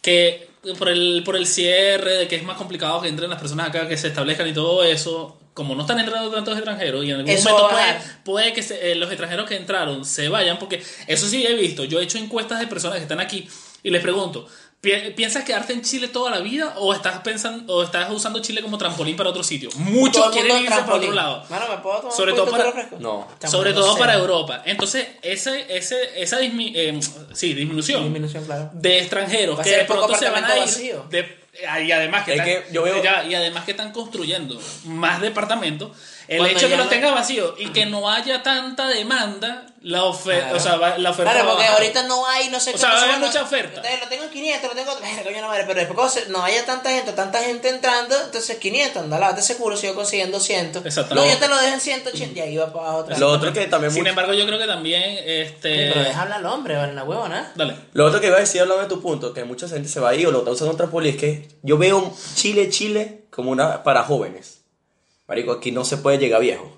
Speaker 3: que por el, por el cierre, de que es más complicado que entren las personas acá, que se establezcan y todo eso, como no están entrando tantos extranjeros y en algún
Speaker 2: Eso
Speaker 3: momento
Speaker 2: va a
Speaker 3: puede,
Speaker 2: bajar.
Speaker 3: puede que se- eh, los extranjeros que entraron se vayan, porque eso sí he visto, yo he hecho encuestas de personas que están aquí y les pregunto. "¿Pi- ¿Piensas quedarte en Chile toda la vida o estás pensando o estás usando Chile como trampolín para otro sitio? Muchos
Speaker 2: Todo el mundo
Speaker 3: quieren irse para
Speaker 2: trampolín.
Speaker 3: otro lado.
Speaker 2: Mano, ¿me puedo tomar
Speaker 3: Sobre
Speaker 2: un
Speaker 3: todo
Speaker 2: poquito de
Speaker 3: para-
Speaker 2: refresco?
Speaker 1: No.
Speaker 2: Estamos
Speaker 3: Sobre
Speaker 2: en
Speaker 3: todo
Speaker 2: cero.
Speaker 3: para Europa. Entonces, ese, ese, esa dismi- eh, sí, disminución
Speaker 2: Disminución, claro.
Speaker 3: de extranjeros
Speaker 2: Va a
Speaker 3: que
Speaker 2: ser
Speaker 3: de
Speaker 2: poco
Speaker 3: pronto se van a ir.
Speaker 2: apartamento vacío.
Speaker 3: de- Ah, Y además que,
Speaker 1: Es
Speaker 3: están,
Speaker 1: que yo veo-
Speaker 3: ya, y además que están construyendo más departamentos. El
Speaker 2: Cuando
Speaker 3: hecho de
Speaker 2: ya
Speaker 3: que los
Speaker 2: no-
Speaker 3: tenga vacío y que no haya tanta demanda, la oferta,
Speaker 2: Claro.
Speaker 3: o sea, va- la oferta.
Speaker 2: Claro,
Speaker 3: va a
Speaker 2: porque
Speaker 3: bajar.
Speaker 2: ahorita no hay, no sé
Speaker 3: O sea, va a haber
Speaker 2: cosa,
Speaker 3: mucha
Speaker 2: no-
Speaker 3: oferta.
Speaker 2: entonces, Lo tengo en 500, lo tengo. verga, coño, la madre, pero después, cuando se- no haya tanta gente, tanta gente entrando, entonces 500, anda, lávate seguro, sigo consiguiendo 200.
Speaker 3: Exacto.
Speaker 2: No,
Speaker 3: Lo-
Speaker 2: yo te lo dejo en 180 y ahí va para otra.
Speaker 1: Lo otro que también
Speaker 3: Sin
Speaker 1: mucho-
Speaker 3: embargo, yo creo que también. Este,
Speaker 2: Pero deja hablar al hombre, vale, la huevona.
Speaker 3: Dale.
Speaker 1: Lo otro que iba a decir hablando de tu punto, que mucha gente se va ahí o lo está usando en otra poli, es que yo veo Chile, Chile como una para jóvenes. Marico, aquí no se puede llegar viejo.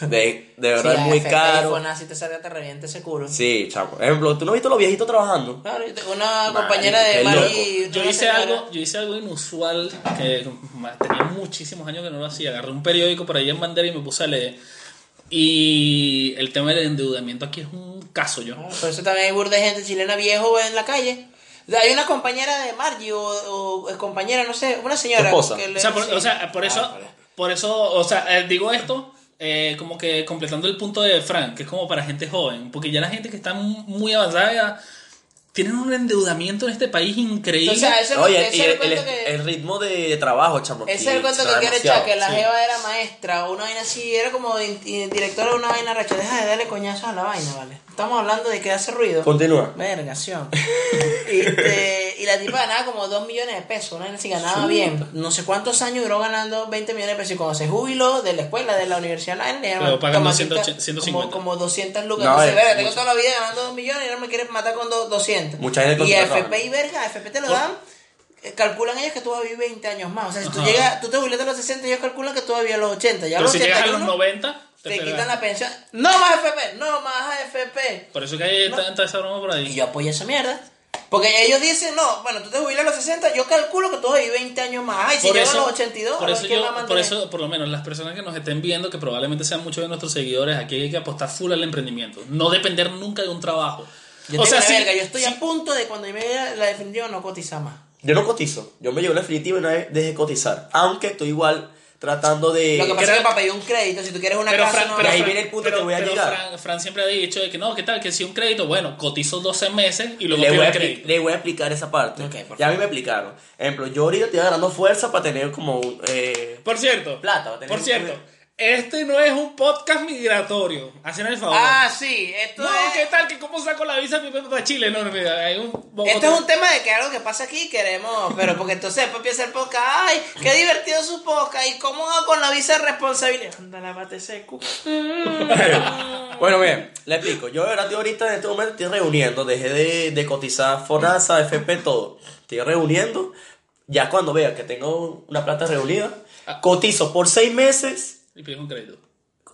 Speaker 1: De, de verdad es muy caro.
Speaker 3: ah,
Speaker 2: si te sale, te revienta ese culo.
Speaker 1: Sí, chamo. Por ejemplo, ¿tú no has visto los viejitos trabajando?
Speaker 2: Claro, yo te- una compañera de
Speaker 1: qué
Speaker 2: Mari.
Speaker 3: Yo
Speaker 2: una
Speaker 3: hice
Speaker 2: señora-
Speaker 3: algo, yo hice algo inusual que ma, tenía muchísimos años que no lo hacía. Agarré un periódico por ahí en bandera y me puse a leer. Y el tema del endeudamiento aquí es un caso yo.
Speaker 2: Ah, Por eso también hay burda de gente chilena viejo en la calle. O sea, hay una compañera de Margie o, o es compañera, no sé, una señora.
Speaker 1: Tu esposa.
Speaker 3: O sea, por,
Speaker 2: sí.
Speaker 3: o sea, por eso,
Speaker 2: Ah, vale.
Speaker 3: por eso, o sea, eh, digo esto eh, como que completando el punto de Frank, que es como para gente joven, porque ya la gente que está mu- muy avanzada ya tienen un endeudamiento en este país increíble.
Speaker 2: Entonces, a ese-
Speaker 1: Oye,
Speaker 2: ese
Speaker 1: y
Speaker 2: es el
Speaker 1: el,
Speaker 2: cuento
Speaker 1: el-
Speaker 2: que-
Speaker 1: el ritmo de trabajo, chamo.
Speaker 2: Ese es
Speaker 1: aquí
Speaker 2: el cuento que
Speaker 1: está
Speaker 2: quiere
Speaker 1: demasiado.
Speaker 2: echar, que la
Speaker 3: sí.
Speaker 2: Jeva era maestra, o una vaina así, era como di- di- directora de una vaina racha. Deja de darle coñazos a la vaina, ¿vale? Estamos hablando de que hace ruido.
Speaker 1: Continúa.
Speaker 2: Vergación. Este, y la tipa ganaba como 2 millones de pesos, una vaina así ganaba bien. No sé cuántos años duró ganando 20 millones de pesos. Y cuando se jubiló de la escuela, de la universidad, la vaina, le
Speaker 3: Pero
Speaker 2: dieron
Speaker 3: pagando
Speaker 2: toma, aquí está,
Speaker 3: 180, 150.
Speaker 2: Como, como 200 lucas.
Speaker 1: No,
Speaker 2: Entonces,
Speaker 1: es
Speaker 2: verga, tengo
Speaker 1: mucho.
Speaker 2: toda la vida ganando 2 millones y ahora me quieres matar con do- 200.
Speaker 1: Mucha gente
Speaker 2: y
Speaker 1: contra la
Speaker 2: FP
Speaker 1: cámara.
Speaker 2: y verga, FP te lo
Speaker 3: Por-
Speaker 2: dan. eh, Calculan ellos que tú vas a vivir 20 años más. O sea, si tú,
Speaker 3: Ajá.
Speaker 2: llegas, tú te jubilaste a los 60, ellos calculan que tú vas a vivir a los 80. Ya a
Speaker 3: Pero
Speaker 2: los
Speaker 3: si llegas a los
Speaker 2: 81,
Speaker 3: 90, te
Speaker 2: te
Speaker 3: fregas.
Speaker 2: quitan la pensión. No más FP, no más AFP.
Speaker 3: Por eso que hay tanta esa broma por
Speaker 2: Y
Speaker 3: ahí.
Speaker 2: yo apoyo esa mierda. Porque ellos dicen, no, bueno, tú te jubilas a los 60, yo calculo que tú vas a vivir 20 años más. Ay, si
Speaker 3: Por
Speaker 2: llego a
Speaker 3: eso-
Speaker 2: los 82,
Speaker 3: por
Speaker 2: a ver
Speaker 3: eso,
Speaker 2: quién
Speaker 3: yo-
Speaker 2: va a mantener.
Speaker 3: por eso, por lo menos, las personas que nos estén viendo, que probablemente sean muchos de nuestros seguidores, aquí hay que apostar full al emprendimiento. No depender nunca de un trabajo.
Speaker 2: Yo
Speaker 3: o sea,
Speaker 2: sí,
Speaker 3: sí,
Speaker 2: yo estoy
Speaker 3: sí,
Speaker 2: a punto de cuando yo me vea la definitiva no cotiza más.
Speaker 1: Yo no cotizo. Yo me llevo la definitiva y no dejé cotizar. Aunque estoy igual tratando de.
Speaker 2: Lo que pasa
Speaker 3: creo-
Speaker 2: es que para pedir un crédito, si tú quieres una
Speaker 3: pero
Speaker 2: casa,
Speaker 3: Fran,
Speaker 2: no,
Speaker 3: pero
Speaker 1: ahí
Speaker 3: Fran-
Speaker 1: viene el punto
Speaker 3: pero-
Speaker 1: que voy a
Speaker 3: pero
Speaker 1: llegar.
Speaker 3: Fran, Fran siempre ha dicho de que no, ¿qué tal? Que si un crédito, bueno, cotizo 12 meses y luego
Speaker 1: le,
Speaker 3: pido
Speaker 1: voy a,
Speaker 3: el
Speaker 1: expli-
Speaker 3: crédito.
Speaker 1: le voy a explicar esa parte.
Speaker 2: Ok, por
Speaker 1: ya a mí me explicaron. Ejemplo, yo ahorita estoy agarrando fuerza para tener como un. eh,
Speaker 3: Por cierto,
Speaker 1: Plata, va a tener
Speaker 3: por
Speaker 1: un-
Speaker 3: cierto, este no es un podcast migratorio. Hacen el favor.
Speaker 2: Ah, sí, esto
Speaker 3: no,
Speaker 2: es...
Speaker 3: ¿qué tal? ¿Que ¿Cómo saco la visa para Chile? No, no, mira, hay un
Speaker 2: Esto es un tema de que algo que pasa aquí queremos, pero porque entonces después empieza el podcast, ay, qué divertido su podcast, y cómo hago con la visa de responsabilidad. Anda, lávate ese cu-
Speaker 1: bueno, bien, le explico. Yo de verdad estoy ahorita en este momento estoy reuniendo. Dejé de, de cotizar Fonasa, FP, todo. Estoy reuniendo. Ya cuando vea que tengo una plata reunida, cotizo por seis meses.
Speaker 3: Y pides un crédito.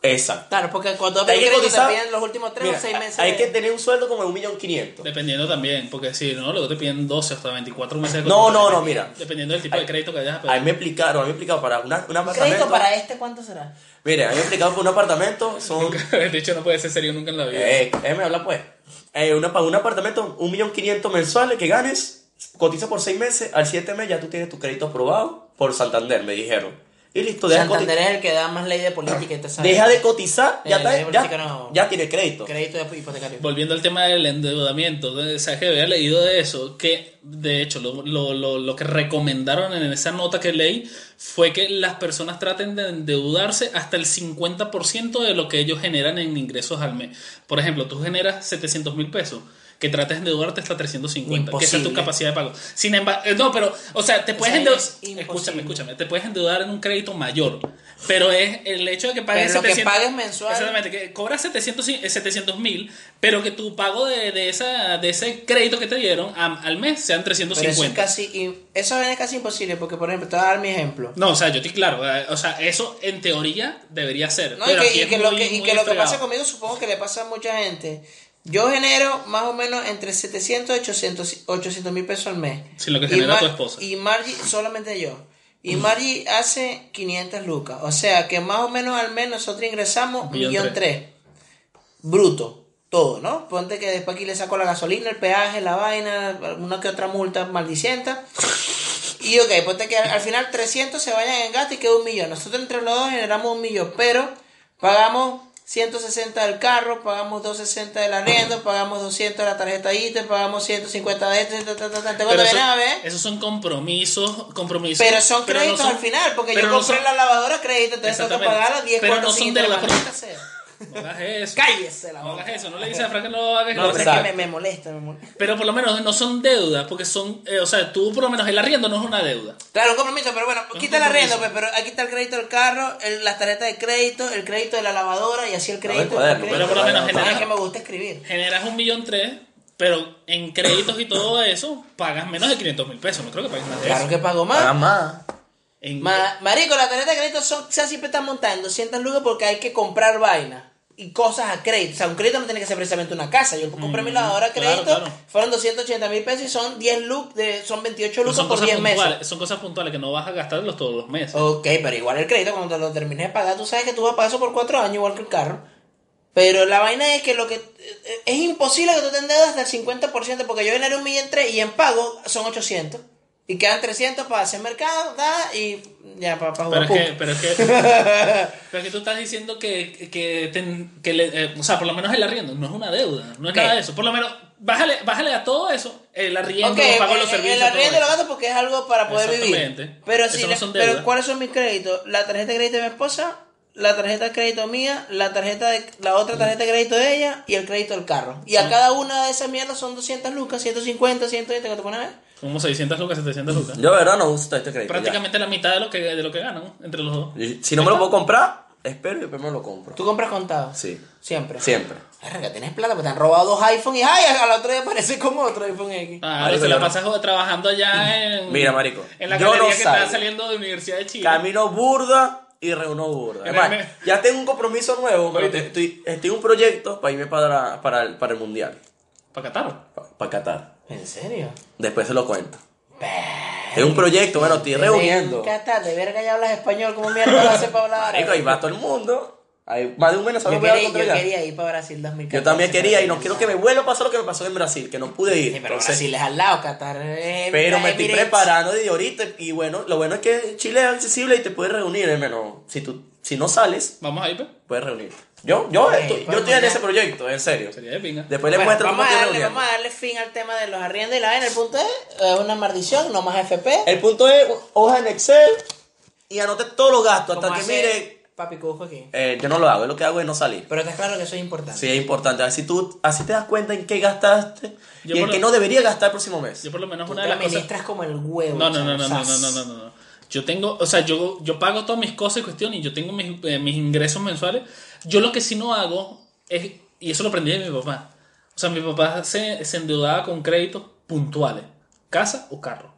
Speaker 1: Exacto.
Speaker 2: Claro, porque cuando
Speaker 1: Hay que
Speaker 2: pides crédito
Speaker 1: cotizar-
Speaker 2: te piden los últimos 3
Speaker 1: Mira,
Speaker 2: o 6 meses.
Speaker 1: Hay
Speaker 2: de-
Speaker 1: que tener un sueldo como de un millón quinientos.
Speaker 3: Dependiendo también, porque si no, luego te piden 12 hasta 24 meses. de
Speaker 1: No,
Speaker 3: cotización.
Speaker 1: no, no, mira.
Speaker 3: Dependiendo del tipo de crédito que vayas a
Speaker 1: A mí
Speaker 3: pedir.
Speaker 1: me explicaron, a mí me explicaron para una, un apartamento.
Speaker 2: ¿Crédito para este cuánto será?
Speaker 1: Mire, a mí me explicaron para un apartamento son
Speaker 3: De hecho, no puede ser serio nunca en la vida.
Speaker 1: Eh, eh, me habla pues. Eh, una, pa- un apartamento, un millón quinientos mensuales que ganes, cotiza por seis meses, al siete mes ya tú tienes tu crédito aprobado por Santander, me dijeron. Y listo, deja, de
Speaker 2: Santander es Pues el que da más ley de política y te
Speaker 1: cotizar.
Speaker 2: sabe.
Speaker 1: Deja de cotizar, ya,
Speaker 2: Eh,
Speaker 1: está-
Speaker 2: ley de
Speaker 1: ya,
Speaker 2: política no.
Speaker 1: ya tiene crédito.
Speaker 2: Crédito de hipotecario.
Speaker 3: Volviendo al tema del endeudamiento, de- ¿sabes que había leído de eso? Que de hecho lo, lo- lo- lo que recomendaron en esa nota que leí fue que las personas traten de endeudarse hasta el 50% de lo que ellos generan en ingresos al mes. Por ejemplo, tú generas 700 mil pesos. Que trates de endeudarte hasta 350, que esa es tu
Speaker 2: Imposible.
Speaker 3: capacidad de pago. Sin embargo, eh, no, pero, o sea, te puedes
Speaker 2: es
Speaker 3: endeudar.
Speaker 2: imposible.
Speaker 3: Escúchame, escúchame, te puedes endeudar en un crédito mayor, pero es el hecho de que pagues
Speaker 2: Pero lo que
Speaker 3: 700
Speaker 2: pagues mensual.
Speaker 3: Exactamente, que cobras 700 eh, mil, pero que tu pago de, de, esa, de ese crédito que te dieron am- al mes sean
Speaker 2: Pero eso es
Speaker 3: 350.
Speaker 2: casi, in- eso es casi imposible porque, por ejemplo, te voy a dar mi ejemplo.
Speaker 3: No, o sea, yo estoy claro. eh, O sea, eso en teoría debería ser.
Speaker 2: No,
Speaker 3: pero
Speaker 2: y que,
Speaker 3: aquí
Speaker 2: y
Speaker 3: es
Speaker 2: que lo
Speaker 3: muy-
Speaker 2: que, y
Speaker 3: muy
Speaker 2: que lo que
Speaker 3: fregado.
Speaker 2: pasa conmigo supongo que le pasa a mucha gente. Yo genero más o menos entre 700 y 800 800 mil pesos al mes.
Speaker 3: Sí, lo que
Speaker 2: Y
Speaker 3: genera
Speaker 2: Mar-
Speaker 3: tu esposa. Mm.
Speaker 2: Y Margie, solamente yo. Y Margie hace 500 lucas. O sea que más o menos al mes nosotros ingresamos
Speaker 3: Millón
Speaker 2: millón
Speaker 3: tres.
Speaker 2: tres. Bruto. Todo, ¿no? Ponte que después aquí le saco la gasolina, el peaje, la vaina, una que otra multa maldicienta. Y ok, ponte que al, al final 300 se vayan en gasto y queda un millón. Nosotros entre los dos generamos un millón, pero pagamos 160 del carro, pagamos 260 del arriendo, pagamos 200 de la tarjeta ITE, pagamos 150 de este, ta, ta, ta, ta, tengo
Speaker 3: Pero
Speaker 2: que
Speaker 3: eso-
Speaker 2: ver, a ver.
Speaker 3: esos son compromisos, compromisos.
Speaker 2: Pero son
Speaker 3: no
Speaker 2: créditos
Speaker 3: son-
Speaker 2: al final, porque yo
Speaker 3: pero no
Speaker 2: compré
Speaker 3: son-
Speaker 2: la lavadora a crédito, entonces tengo que
Speaker 3: Exactamente.
Speaker 2: pagar las 10
Speaker 3: Pero
Speaker 2: cuotas
Speaker 3: no son
Speaker 2: sin
Speaker 3: de la-
Speaker 2: intervalo, maldita sea.
Speaker 3: No hagas eso.
Speaker 2: Cállese la
Speaker 3: No
Speaker 2: boca.
Speaker 3: hagas eso. No le dices a Frank que no hagas
Speaker 1: No,
Speaker 2: No, pero es
Speaker 3: eso.
Speaker 2: que
Speaker 1: exacto.
Speaker 2: me, me molesta, me molesta.
Speaker 3: Pero por lo menos no son deudas, porque son, eh, o sea, tú por lo menos el arriendo no es una deuda.
Speaker 2: Claro, un compromiso, pero bueno,
Speaker 3: Un
Speaker 2: quita el arriendo,
Speaker 3: compromiso.
Speaker 2: pues, pero aquí está el crédito del carro, el- las tarjetas de crédito, el crédito de la lavadora y así el crédito.
Speaker 1: cuaderno,
Speaker 2: el
Speaker 3: pero por lo menos
Speaker 2: crédito.
Speaker 3: general.
Speaker 2: Ah, es que me gusta escribir.
Speaker 3: Generas un millón tres, pero en créditos y todo eso pagas menos de 500 mil pesos. No creo que pagues más de
Speaker 2: Claro
Speaker 3: eso.
Speaker 2: que pago más.
Speaker 1: Nada más.
Speaker 3: En-
Speaker 2: Ma- marico, la tarjeta de crédito son, o sea, siempre están montada en 200 lucas porque hay que comprar vainas y cosas a crédito. O sea, un crédito no tiene que ser precisamente una casa. Yo compré mi lavadora a
Speaker 3: claro,
Speaker 2: crédito,
Speaker 3: claro.
Speaker 2: fueron 280 mil pesos y son 10 lucas, de- son 28
Speaker 3: pero
Speaker 2: lucas
Speaker 3: eh, son
Speaker 2: por
Speaker 3: cosas,
Speaker 2: 10 meses. Oh,
Speaker 3: puntuales, son cosas puntuales que no vas a gastarlos todos los meses.
Speaker 2: Ok, pero igual el crédito cuando lo termines de pagar, tú sabes que tú vas a pagar eso por 4 años igual que el carro. Pero la vaina es que lo que eh, es imposible que tú te endeudas hasta el 50% porque yo generé un millón tres y en pago son 800 y quedan 300 para hacer mercado da, y ya para,
Speaker 3: Pero
Speaker 2: jugar
Speaker 3: es,
Speaker 2: poker.
Speaker 3: que, pero, es que, pero es que tú estás diciendo que, que, ten- que le- eh, o sea, por lo menos el arriendo no es una deuda, no es
Speaker 2: Ok.
Speaker 3: nada de eso. Por lo menos, bájale, bájale a todo eso, el arriendo,
Speaker 2: Ok,
Speaker 3: pago los
Speaker 2: eh,
Speaker 3: servicios.
Speaker 2: El
Speaker 3: todo
Speaker 2: arriendo lo
Speaker 3: eso.
Speaker 2: gasto porque es algo para poder vivir.
Speaker 3: Exactamente.
Speaker 2: Pero,
Speaker 3: Eso
Speaker 2: si
Speaker 3: no
Speaker 2: le-
Speaker 3: son deudas.
Speaker 2: pero ¿cuáles son mis créditos? La tarjeta de crédito de mi esposa, la tarjeta de crédito mía, la tarjeta de, la otra tarjeta de crédito de ella y el crédito del carro. Y a cada una de esas mierdas son 200 lucas, 150, 120 que te pones a ver.
Speaker 3: Como 600 lucas, 700 lucas.
Speaker 1: Yo, de verdad, no uso este crédito. ya.
Speaker 3: Prácticamente la mitad de lo que, de lo que ganan entre los dos.
Speaker 1: Y Si no me lo puedo comprar, espero y después me lo compro.
Speaker 2: ¿Tú compras contado?
Speaker 1: Sí.
Speaker 2: Siempre.
Speaker 1: Siempre.
Speaker 2: Verga, tienes plata, pues te han robado dos iPhone y ay, al otro día aparece con otro iPhone X.
Speaker 3: Ah,
Speaker 1: Marico,
Speaker 3: se la
Speaker 1: yo no- Mm.
Speaker 3: pasas joder, trabajando allá en.
Speaker 1: Mira, marico,
Speaker 3: En la
Speaker 1: yo
Speaker 3: galería
Speaker 1: no
Speaker 3: que está
Speaker 1: salgo.
Speaker 3: saliendo de Universidad de Chile.
Speaker 1: Camino burda y reúno burda.
Speaker 3: En
Speaker 1: Es más,
Speaker 3: el me-
Speaker 1: ya tengo un compromiso
Speaker 3: Pero
Speaker 1: nuevo. marico.
Speaker 3: te-
Speaker 1: Estoy, estoy en un proyecto para irme para, para, el, para el mundial.
Speaker 3: Para Qatar.
Speaker 1: Para, Qatar.
Speaker 2: ¿En serio?
Speaker 1: Después se lo cuento. Es un proyecto, bueno, estoy reuniendo.
Speaker 2: Nunca estás, de verga ya hablas español, ¿cómo mierda lo haces para hablar?
Speaker 1: Marico, ahí va todo el mundo. Hay más de un venezolano
Speaker 2: Yo
Speaker 1: voy a
Speaker 2: quería,
Speaker 1: encontrar
Speaker 2: yo
Speaker 1: ya.
Speaker 2: quería ir para Brasil 2014.
Speaker 1: Yo también quería y no
Speaker 2: pero-
Speaker 1: quiero que me vuelva a pasar lo que me pasó en Brasil, que no pude ir.
Speaker 2: Sí, pero
Speaker 1: Entonces,
Speaker 2: Brasil es al lado, Qatar. es-
Speaker 1: Pero me estoy
Speaker 2: Emirates.
Speaker 1: preparando desde ahorita y bueno, lo bueno es que Chile es accesible y te puedes reunir, hermano. Si tú si no sales,
Speaker 3: Vamos ahí, pues.
Speaker 1: puedes reunir. Yo yo
Speaker 2: Ok,
Speaker 1: estoy, yo
Speaker 2: vamos
Speaker 1: estoy en
Speaker 2: ya.
Speaker 1: ese proyecto, en serio.
Speaker 3: Sería de pinga.
Speaker 1: Después les
Speaker 2: Bueno,
Speaker 1: muestro
Speaker 2: vamos,
Speaker 1: cómo
Speaker 2: a
Speaker 1: estoy
Speaker 2: darle,
Speaker 1: reuniendo.
Speaker 2: vamos a darle fin al tema de los arriendos y la vaina. El punto es eh, una maldición, no más FP.
Speaker 1: El punto es hoja en Excel y anote todos los gastos hasta
Speaker 2: Como
Speaker 1: que
Speaker 2: hace
Speaker 1: mire,
Speaker 2: Papi Cujo aquí.
Speaker 1: Eh, yo no lo hago, lo que hago es no salir.
Speaker 2: Pero está claro que eso es importante.
Speaker 1: Sí, es importante. Así tú así te das cuenta en qué gastaste
Speaker 3: Yo
Speaker 1: y en
Speaker 3: por
Speaker 1: qué
Speaker 3: lo-
Speaker 1: no debería gastar el próximo mes.
Speaker 3: Yo, por lo menos,
Speaker 2: Tú
Speaker 3: una
Speaker 2: te
Speaker 3: de las cosas.
Speaker 2: administras como el huevo.
Speaker 3: No, no, no, no,
Speaker 2: chamo,
Speaker 3: no, no,
Speaker 2: sas.
Speaker 3: no, no, no, no. Yo tengo, o sea, yo, yo pago todas mis cosas y cuestiones y yo tengo mis, eh, mis ingresos mensuales. Yo lo que sí no hago es, y eso lo aprendí de mi papá. O sea, mi papá se, se endeudaba con créditos puntuales, casa o carro.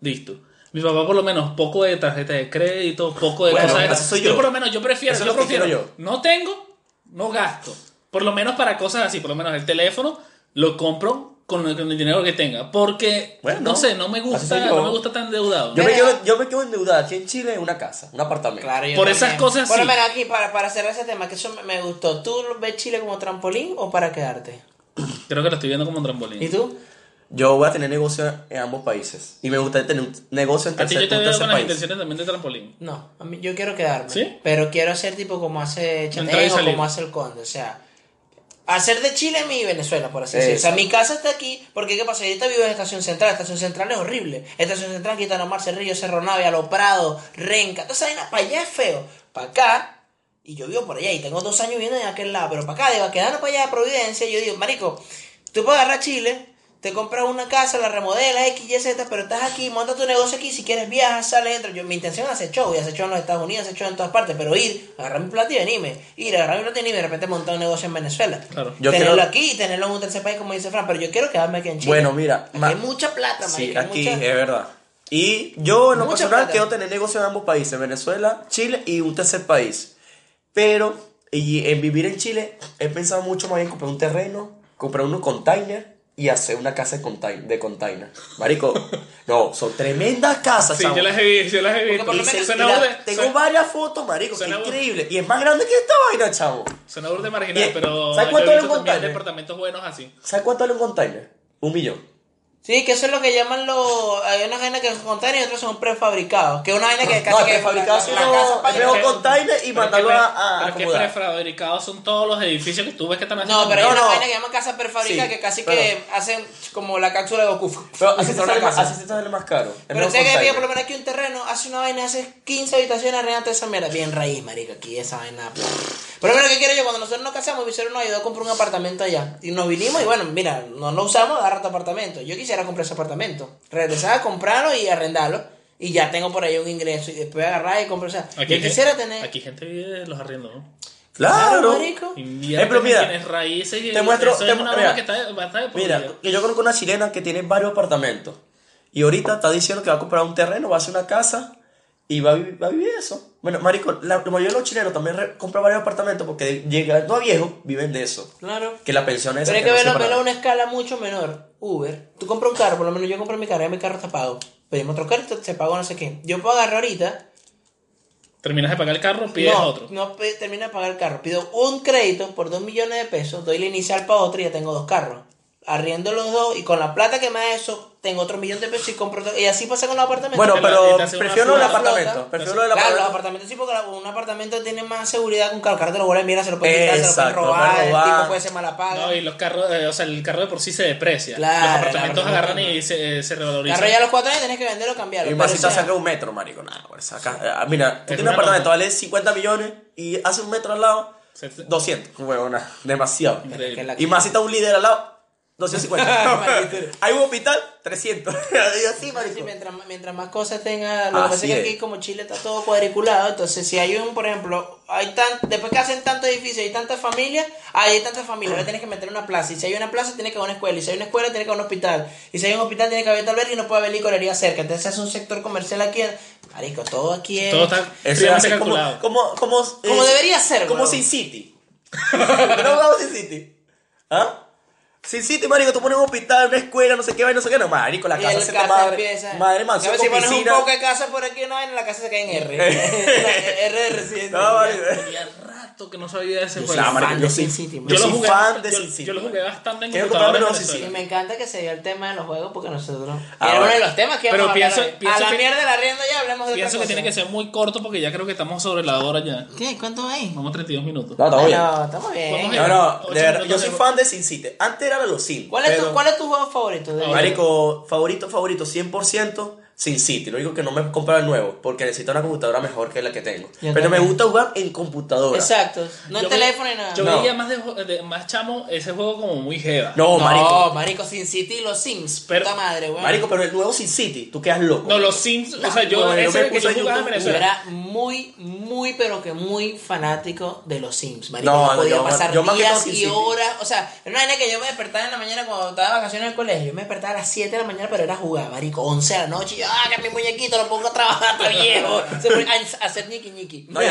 Speaker 3: Listo. Mi papá por lo menos poco de tarjeta de crédito, poco de
Speaker 1: Bueno,
Speaker 3: cosas. de-
Speaker 1: eso soy yo.
Speaker 3: por lo menos yo prefiero,
Speaker 1: Eso es
Speaker 3: yo
Speaker 1: lo que
Speaker 3: prefiero.
Speaker 1: quiero yo.
Speaker 3: No tengo, no gasto. Por lo menos para cosas así, por lo menos el teléfono lo compro con, el- con el dinero que tenga, porque
Speaker 1: Bueno,
Speaker 3: no sé, no me
Speaker 1: así soy
Speaker 3: gusta,
Speaker 1: yo.
Speaker 3: no me gusta tan endeudado.
Speaker 1: Yo me,
Speaker 2: Pero-
Speaker 1: quedo, yo me quedo endeudada aquí en Chile en una casa, un apartamento.
Speaker 2: Claro, yo
Speaker 3: Por esas cosas,
Speaker 2: Por lo
Speaker 3: sí.
Speaker 2: menos aquí, para, para cerrar ese tema, que eso me- me gustó. ¿Tú ves Chile como trampolín o para quedarte?
Speaker 3: Creo que lo estoy viendo como un trampolín.
Speaker 2: ¿Y tú?
Speaker 1: Yo voy a tener negocio en ambos países. Y me gusta tener un negocio en
Speaker 3: A ti
Speaker 1: tercer,
Speaker 3: yo te
Speaker 1: un
Speaker 3: veo
Speaker 1: tercer
Speaker 3: con las
Speaker 1: país.
Speaker 3: intenciones también de trampolín.
Speaker 2: No, a mí- yo quiero quedarme.
Speaker 3: ¿Sí?
Speaker 2: Pero quiero hacer tipo como hace
Speaker 3: Entrar y
Speaker 2: Chatejo,
Speaker 3: salir.
Speaker 2: como hace el Conde. O sea, hacer de Chile mi Venezuela, por así
Speaker 1: Eso.
Speaker 2: decirlo. O sea, mi casa está aquí, porque ¿qué pasa? Yo ahorita vivo en Estación Central. Estación Central es horrible. Estación Central, Quintana Mar, Cerrillo, Cerro Navia, Lo Prado, Renca. Toda esa vaina para allá es feo. Para acá, y yo vivo por allá, y tengo dos años viviendo en aquel lado, pero para acá, de Baquedano para allá de Providencia, yo digo, marico, tú puedes agarrar Chile, te compras una casa, la remodelas, X, Y, Z, pero estás aquí, monta tu negocio aquí, si quieres viajas, sales, entras. Yo, mi intención es hacer show, y hacer show en los Estados Unidos, hacer show en todas partes, pero ir, agarrar mi plata y venirme, ir, agarrar mi plata y venirme, de repente montar un negocio en Venezuela.
Speaker 3: Claro.
Speaker 1: Yo
Speaker 2: tenerlo
Speaker 1: quiero-
Speaker 2: aquí, tenerlo en un tercer país, como dice Fran, pero yo quiero quedarme aquí en Chile.
Speaker 1: Bueno, mira,
Speaker 2: Aquí
Speaker 1: ma-
Speaker 2: hay mucha plata,
Speaker 1: Sí,
Speaker 2: marico, hay
Speaker 1: aquí
Speaker 2: mucha-
Speaker 1: es verdad. Y yo en lo
Speaker 2: Mucha
Speaker 1: personal
Speaker 2: plata.
Speaker 1: quiero tener negocio en ambos países, Venezuela, Chile y un tercer país. Pero y en vivir en Chile he pensado mucho más en comprar un terreno, comprar unos containers y hacer una casa de container. De container. Marico, no, son tremendas casas,
Speaker 3: Sí,
Speaker 1: chamo.
Speaker 3: yo las he visto, yo las he visto.
Speaker 2: por lo
Speaker 1: Y se-
Speaker 2: menos
Speaker 1: y
Speaker 3: suena
Speaker 1: la-
Speaker 3: burde,
Speaker 1: tengo
Speaker 3: suena-
Speaker 1: varias fotos, marico, que
Speaker 3: suena burde.
Speaker 1: increíble. Y es más grande que esta vaina, chavo.
Speaker 3: suena burde marginal,
Speaker 1: Y-
Speaker 3: pero
Speaker 1: ¿sabes
Speaker 3: yo he
Speaker 1: cuánto vale
Speaker 3: visto
Speaker 1: un
Speaker 3: también
Speaker 1: container?
Speaker 3: departamentos buenos así.
Speaker 1: ¿Sabes cuánto vale un container? Un millón.
Speaker 2: Sí, que eso es lo que llaman los. Hay unas vainas que son containers y otras son prefabricados. Que una vaina que casi
Speaker 1: No,
Speaker 2: que.
Speaker 1: prefabricado
Speaker 2: la-
Speaker 1: sí,
Speaker 2: la
Speaker 1: no,
Speaker 2: casa
Speaker 1: es
Speaker 2: parece-
Speaker 1: mejor container y
Speaker 3: Pero es que
Speaker 1: mandarlo
Speaker 3: pre-
Speaker 1: a, a
Speaker 3: pero es que
Speaker 1: acomodar.
Speaker 3: prefabricados son todos los edificios que tú ves que están
Speaker 2: No, pero hay
Speaker 1: No,
Speaker 2: una
Speaker 1: no.
Speaker 2: vaina que llaman casa prefabricada
Speaker 1: Sí,
Speaker 2: que casi
Speaker 1: pero-
Speaker 2: que hacen como la cápsula de Goku.
Speaker 1: Pero así
Speaker 2: Hacen
Speaker 1: te
Speaker 2: una
Speaker 1: sale más,
Speaker 2: casa.
Speaker 1: así te sale más caro. Es
Speaker 2: Pero
Speaker 1: mejor
Speaker 2: usted que
Speaker 1: container.
Speaker 2: pide por lo menos aquí un terreno, hace una vaina, hace 15 habitaciones arreglando esa mierda. Bien raíz, marico, aquí esa vaina. pff. Pero mira, ¿qué quiero yo? Cuando nosotros nos casamos, mi suegro nos ayudó a comprar un apartamento allá. Y nos vinimos y bueno, mira, no lo usamos, agarra tu apartamento. Yo quisiera comprar ese apartamento. Regresar a comprarlo y arrendarlo. Y ya tengo por ahí un ingreso. Y después agarrar y comprar. O sea, yo
Speaker 3: gen-
Speaker 2: quisiera tener.
Speaker 3: eh, Aquí gente vive de los arriendos, ¿no?
Speaker 1: Claro.
Speaker 2: marico.
Speaker 3: Inviertes,
Speaker 1: Eh, pero mira,
Speaker 3: tienes raíces y
Speaker 1: te muestro-
Speaker 3: eso es
Speaker 1: te
Speaker 3: una
Speaker 1: mu-
Speaker 3: broma
Speaker 1: mira.
Speaker 3: que está, va a estar de por
Speaker 1: Mira,
Speaker 3: vida.
Speaker 1: que yo conozco una chilena que tiene varios apartamentos. Y ahorita está diciendo que va a comprar un terreno, va a hacer una casa y va a, vi- va a vivir eso. Bueno, marico, la, la mayoría de los chilenos también re- compran varios apartamentos porque llegando a viejo viven de eso.
Speaker 2: Claro.
Speaker 1: Que la pensión es...
Speaker 2: Pero hay
Speaker 1: esa
Speaker 2: que
Speaker 1: no
Speaker 2: verlo,
Speaker 1: sirve para
Speaker 2: verlo a
Speaker 1: nada.
Speaker 2: una escala mucho menor. Uber, tú compras un carro, por lo menos yo compré mi carro, ya mi carro está pago. Pedimos otro carro, se pagó no sé qué. Yo puedo agarrar ahorita.
Speaker 3: Terminas de pagar el carro, pides
Speaker 2: no,
Speaker 3: otro.
Speaker 2: no pe- termino de pagar el carro. Pido un crédito por 2 millones de pesos, doy la inicial para otro y ya tengo dos carros. Arriendo los dos y con la plata que me da eso, tengo otro millón de pesos y compro otro. Y así pasa con los apartamentos.
Speaker 1: Bueno,
Speaker 3: Y te la- y
Speaker 1: pero
Speaker 3: te hace una
Speaker 1: prefiero lo del
Speaker 2: flota.
Speaker 1: apartamento. Prefiero lo del
Speaker 2: claro, los
Speaker 1: apartamento.
Speaker 2: apartamentos sí, porque la- un apartamento tiene más seguridad que un carro. El carro te lo vuelven mierda, se lo pueden quitar, se lo
Speaker 1: Exacto,
Speaker 2: pueden
Speaker 1: lo pueden
Speaker 2: robar, el
Speaker 1: robar.
Speaker 2: tipo puede ser mala paga.
Speaker 3: No, y los carros, eh, o sea, el carro de por sí se deprecia.
Speaker 2: Claro,
Speaker 3: los apartamentos
Speaker 2: el
Speaker 3: agarran
Speaker 2: apartamento.
Speaker 3: y se, eh, se revalorizan.
Speaker 2: Carro ya a los cuatro años tenés que venderlo o cambiarlo.
Speaker 1: Y más
Speaker 2: pero
Speaker 1: si te
Speaker 2: o sea,
Speaker 1: saca un metro, marico. Nada, pues, saca- ah, mira, tú
Speaker 3: Es
Speaker 1: tienes
Speaker 3: una
Speaker 1: un apartamento,
Speaker 3: nota.
Speaker 1: vale 50 millones y hace un metro al lado,
Speaker 3: Se- se-
Speaker 1: 200. Huevona, demasiado.
Speaker 2: pero es que Ah, la-
Speaker 1: Y más si está un líder al lado, 250.
Speaker 2: Maldito.
Speaker 1: Hay un hospital, 300. y así,
Speaker 2: Sí,
Speaker 1: marico.
Speaker 2: mientras, mientras más cosas tenga, lo que pasa es
Speaker 1: Así
Speaker 2: que
Speaker 1: es.
Speaker 2: aquí como Chile está todo cuadriculado, entonces si hay un, por ejemplo, hay tan, después que hacen tantos edificios, hay tantas familias, ahí hay tantas familias, ahora tienes que meter una plaza, y si hay una plaza, tiene que haber una escuela, y si hay una escuela, tiene que haber un hospital, y si hay un hospital, tiene que haber tal vez, y no puede haber licorería cerca, entonces es un sector comercial aquí, marico, todo aquí es...
Speaker 3: Todo está
Speaker 1: Eso es
Speaker 3: fríamente
Speaker 1: así
Speaker 3: calculado.
Speaker 1: como, como, como, eh,
Speaker 2: Como debería ser,
Speaker 1: Como
Speaker 2: weón.
Speaker 1: Sin City. ¿No hablamos de Sin City? ¿Ah? Sin City, marico, tú pones un hospital, una escuela, no sé qué, vaina, no sé qué. No, marico, la
Speaker 2: Y
Speaker 1: casa
Speaker 2: el
Speaker 1: se te
Speaker 2: casa
Speaker 1: madre.
Speaker 2: empieza.
Speaker 1: Madre
Speaker 2: A
Speaker 1: mansión
Speaker 2: ver, si
Speaker 1: con
Speaker 2: pones un
Speaker 1: piscina.
Speaker 2: poco de casa por aquí, no, en la casa se cae en R. R de residencia.
Speaker 1: No, marico.
Speaker 3: Tenía rato que no sabía de ese
Speaker 2: Yo
Speaker 3: juego.
Speaker 2: soy
Speaker 1: No,
Speaker 2: Pues,
Speaker 1: marico,
Speaker 2: fan
Speaker 1: yo
Speaker 2: de
Speaker 1: soy,
Speaker 2: Sin City, man.
Speaker 1: yo
Speaker 2: Yo
Speaker 1: soy
Speaker 2: lo
Speaker 3: jugué-
Speaker 1: fan de
Speaker 3: yo-
Speaker 1: Sin City.
Speaker 3: Yo lo jugué bastante en
Speaker 1: Quiero
Speaker 3: computadora
Speaker 1: comprarme
Speaker 3: en
Speaker 1: los Sin
Speaker 3: Venezuela.
Speaker 2: Y me encanta que se dio el tema de los juegos porque nosotros.
Speaker 1: Ah,
Speaker 2: era uno
Speaker 1: bueno.
Speaker 2: de los temas que
Speaker 3: Pero
Speaker 2: íbamos a hablar
Speaker 3: pienso-
Speaker 2: hoy.
Speaker 3: pienso
Speaker 2: A la
Speaker 3: que-
Speaker 2: mierda de la rienda ya hablemos de
Speaker 3: Pienso que
Speaker 2: otra cosa.
Speaker 3: tiene que ser muy corto porque ya creo que estamos sobre la hora ya.
Speaker 2: ¿Qué? ¿Cuánto hay?
Speaker 3: Vamos 32 minutos.
Speaker 1: No,
Speaker 2: No,
Speaker 1: estamos bien.
Speaker 2: estamos bien.
Speaker 3: Vamos bien.
Speaker 1: No, no,
Speaker 3: Ocho
Speaker 1: de verdad,
Speaker 3: minutos
Speaker 1: yo
Speaker 3: de
Speaker 1: soy
Speaker 3: juego.
Speaker 1: fan de Sin City. Antes era de los Sims.
Speaker 2: ¿Cuál, es tu,
Speaker 1: pero-
Speaker 2: ¿Cuál es tu juego favorito? De-
Speaker 3: Ah,
Speaker 1: Marico, favorito, favorito, 100% Sin City. Lo único que no me compra el nuevo, porque necesito una computadora mejor que la que tengo.
Speaker 2: Yo
Speaker 1: Pero me
Speaker 2: también.
Speaker 1: gusta jugar en computadora.
Speaker 2: Exacto. No en
Speaker 3: Yo
Speaker 2: teléfono
Speaker 3: ve-
Speaker 2: ni nada.
Speaker 3: Yo
Speaker 1: No.
Speaker 3: veía más, de, jo- de- más chamo ese juego como muy jeva.
Speaker 1: No, marico.
Speaker 2: Sin City y los Sims.
Speaker 3: Pero-
Speaker 2: puta madre, weón.
Speaker 1: Marico, pero el nuevo Sin City, tú quedas loco.
Speaker 3: No, los Sims, o sea, yo
Speaker 1: Bueno, yo
Speaker 3: ese
Speaker 1: me
Speaker 3: que
Speaker 1: puse
Speaker 3: yo jugaba en
Speaker 1: YouTube,
Speaker 2: Yo
Speaker 3: Venezuela.
Speaker 2: era muy, muy, pero que muy fanático de los Sims, marico.
Speaker 1: No,
Speaker 2: No,
Speaker 1: no,
Speaker 2: podía
Speaker 1: yo más-
Speaker 2: pasar
Speaker 1: yo más que
Speaker 2: días
Speaker 1: todo Sin
Speaker 2: y
Speaker 1: City.
Speaker 2: horas. O sea, era una vaina que yo me despertaba en la mañana cuando estaba de vacaciones en el colegio. Yo me despertaba a las 7 de la mañana, pero era jugar, marico. 11 de la noche. Y yo, ah, que mi muñequito lo pongo a trabajar hasta viejo. Se ponía a hacer ñiqui ñiqui.
Speaker 1: No, yo,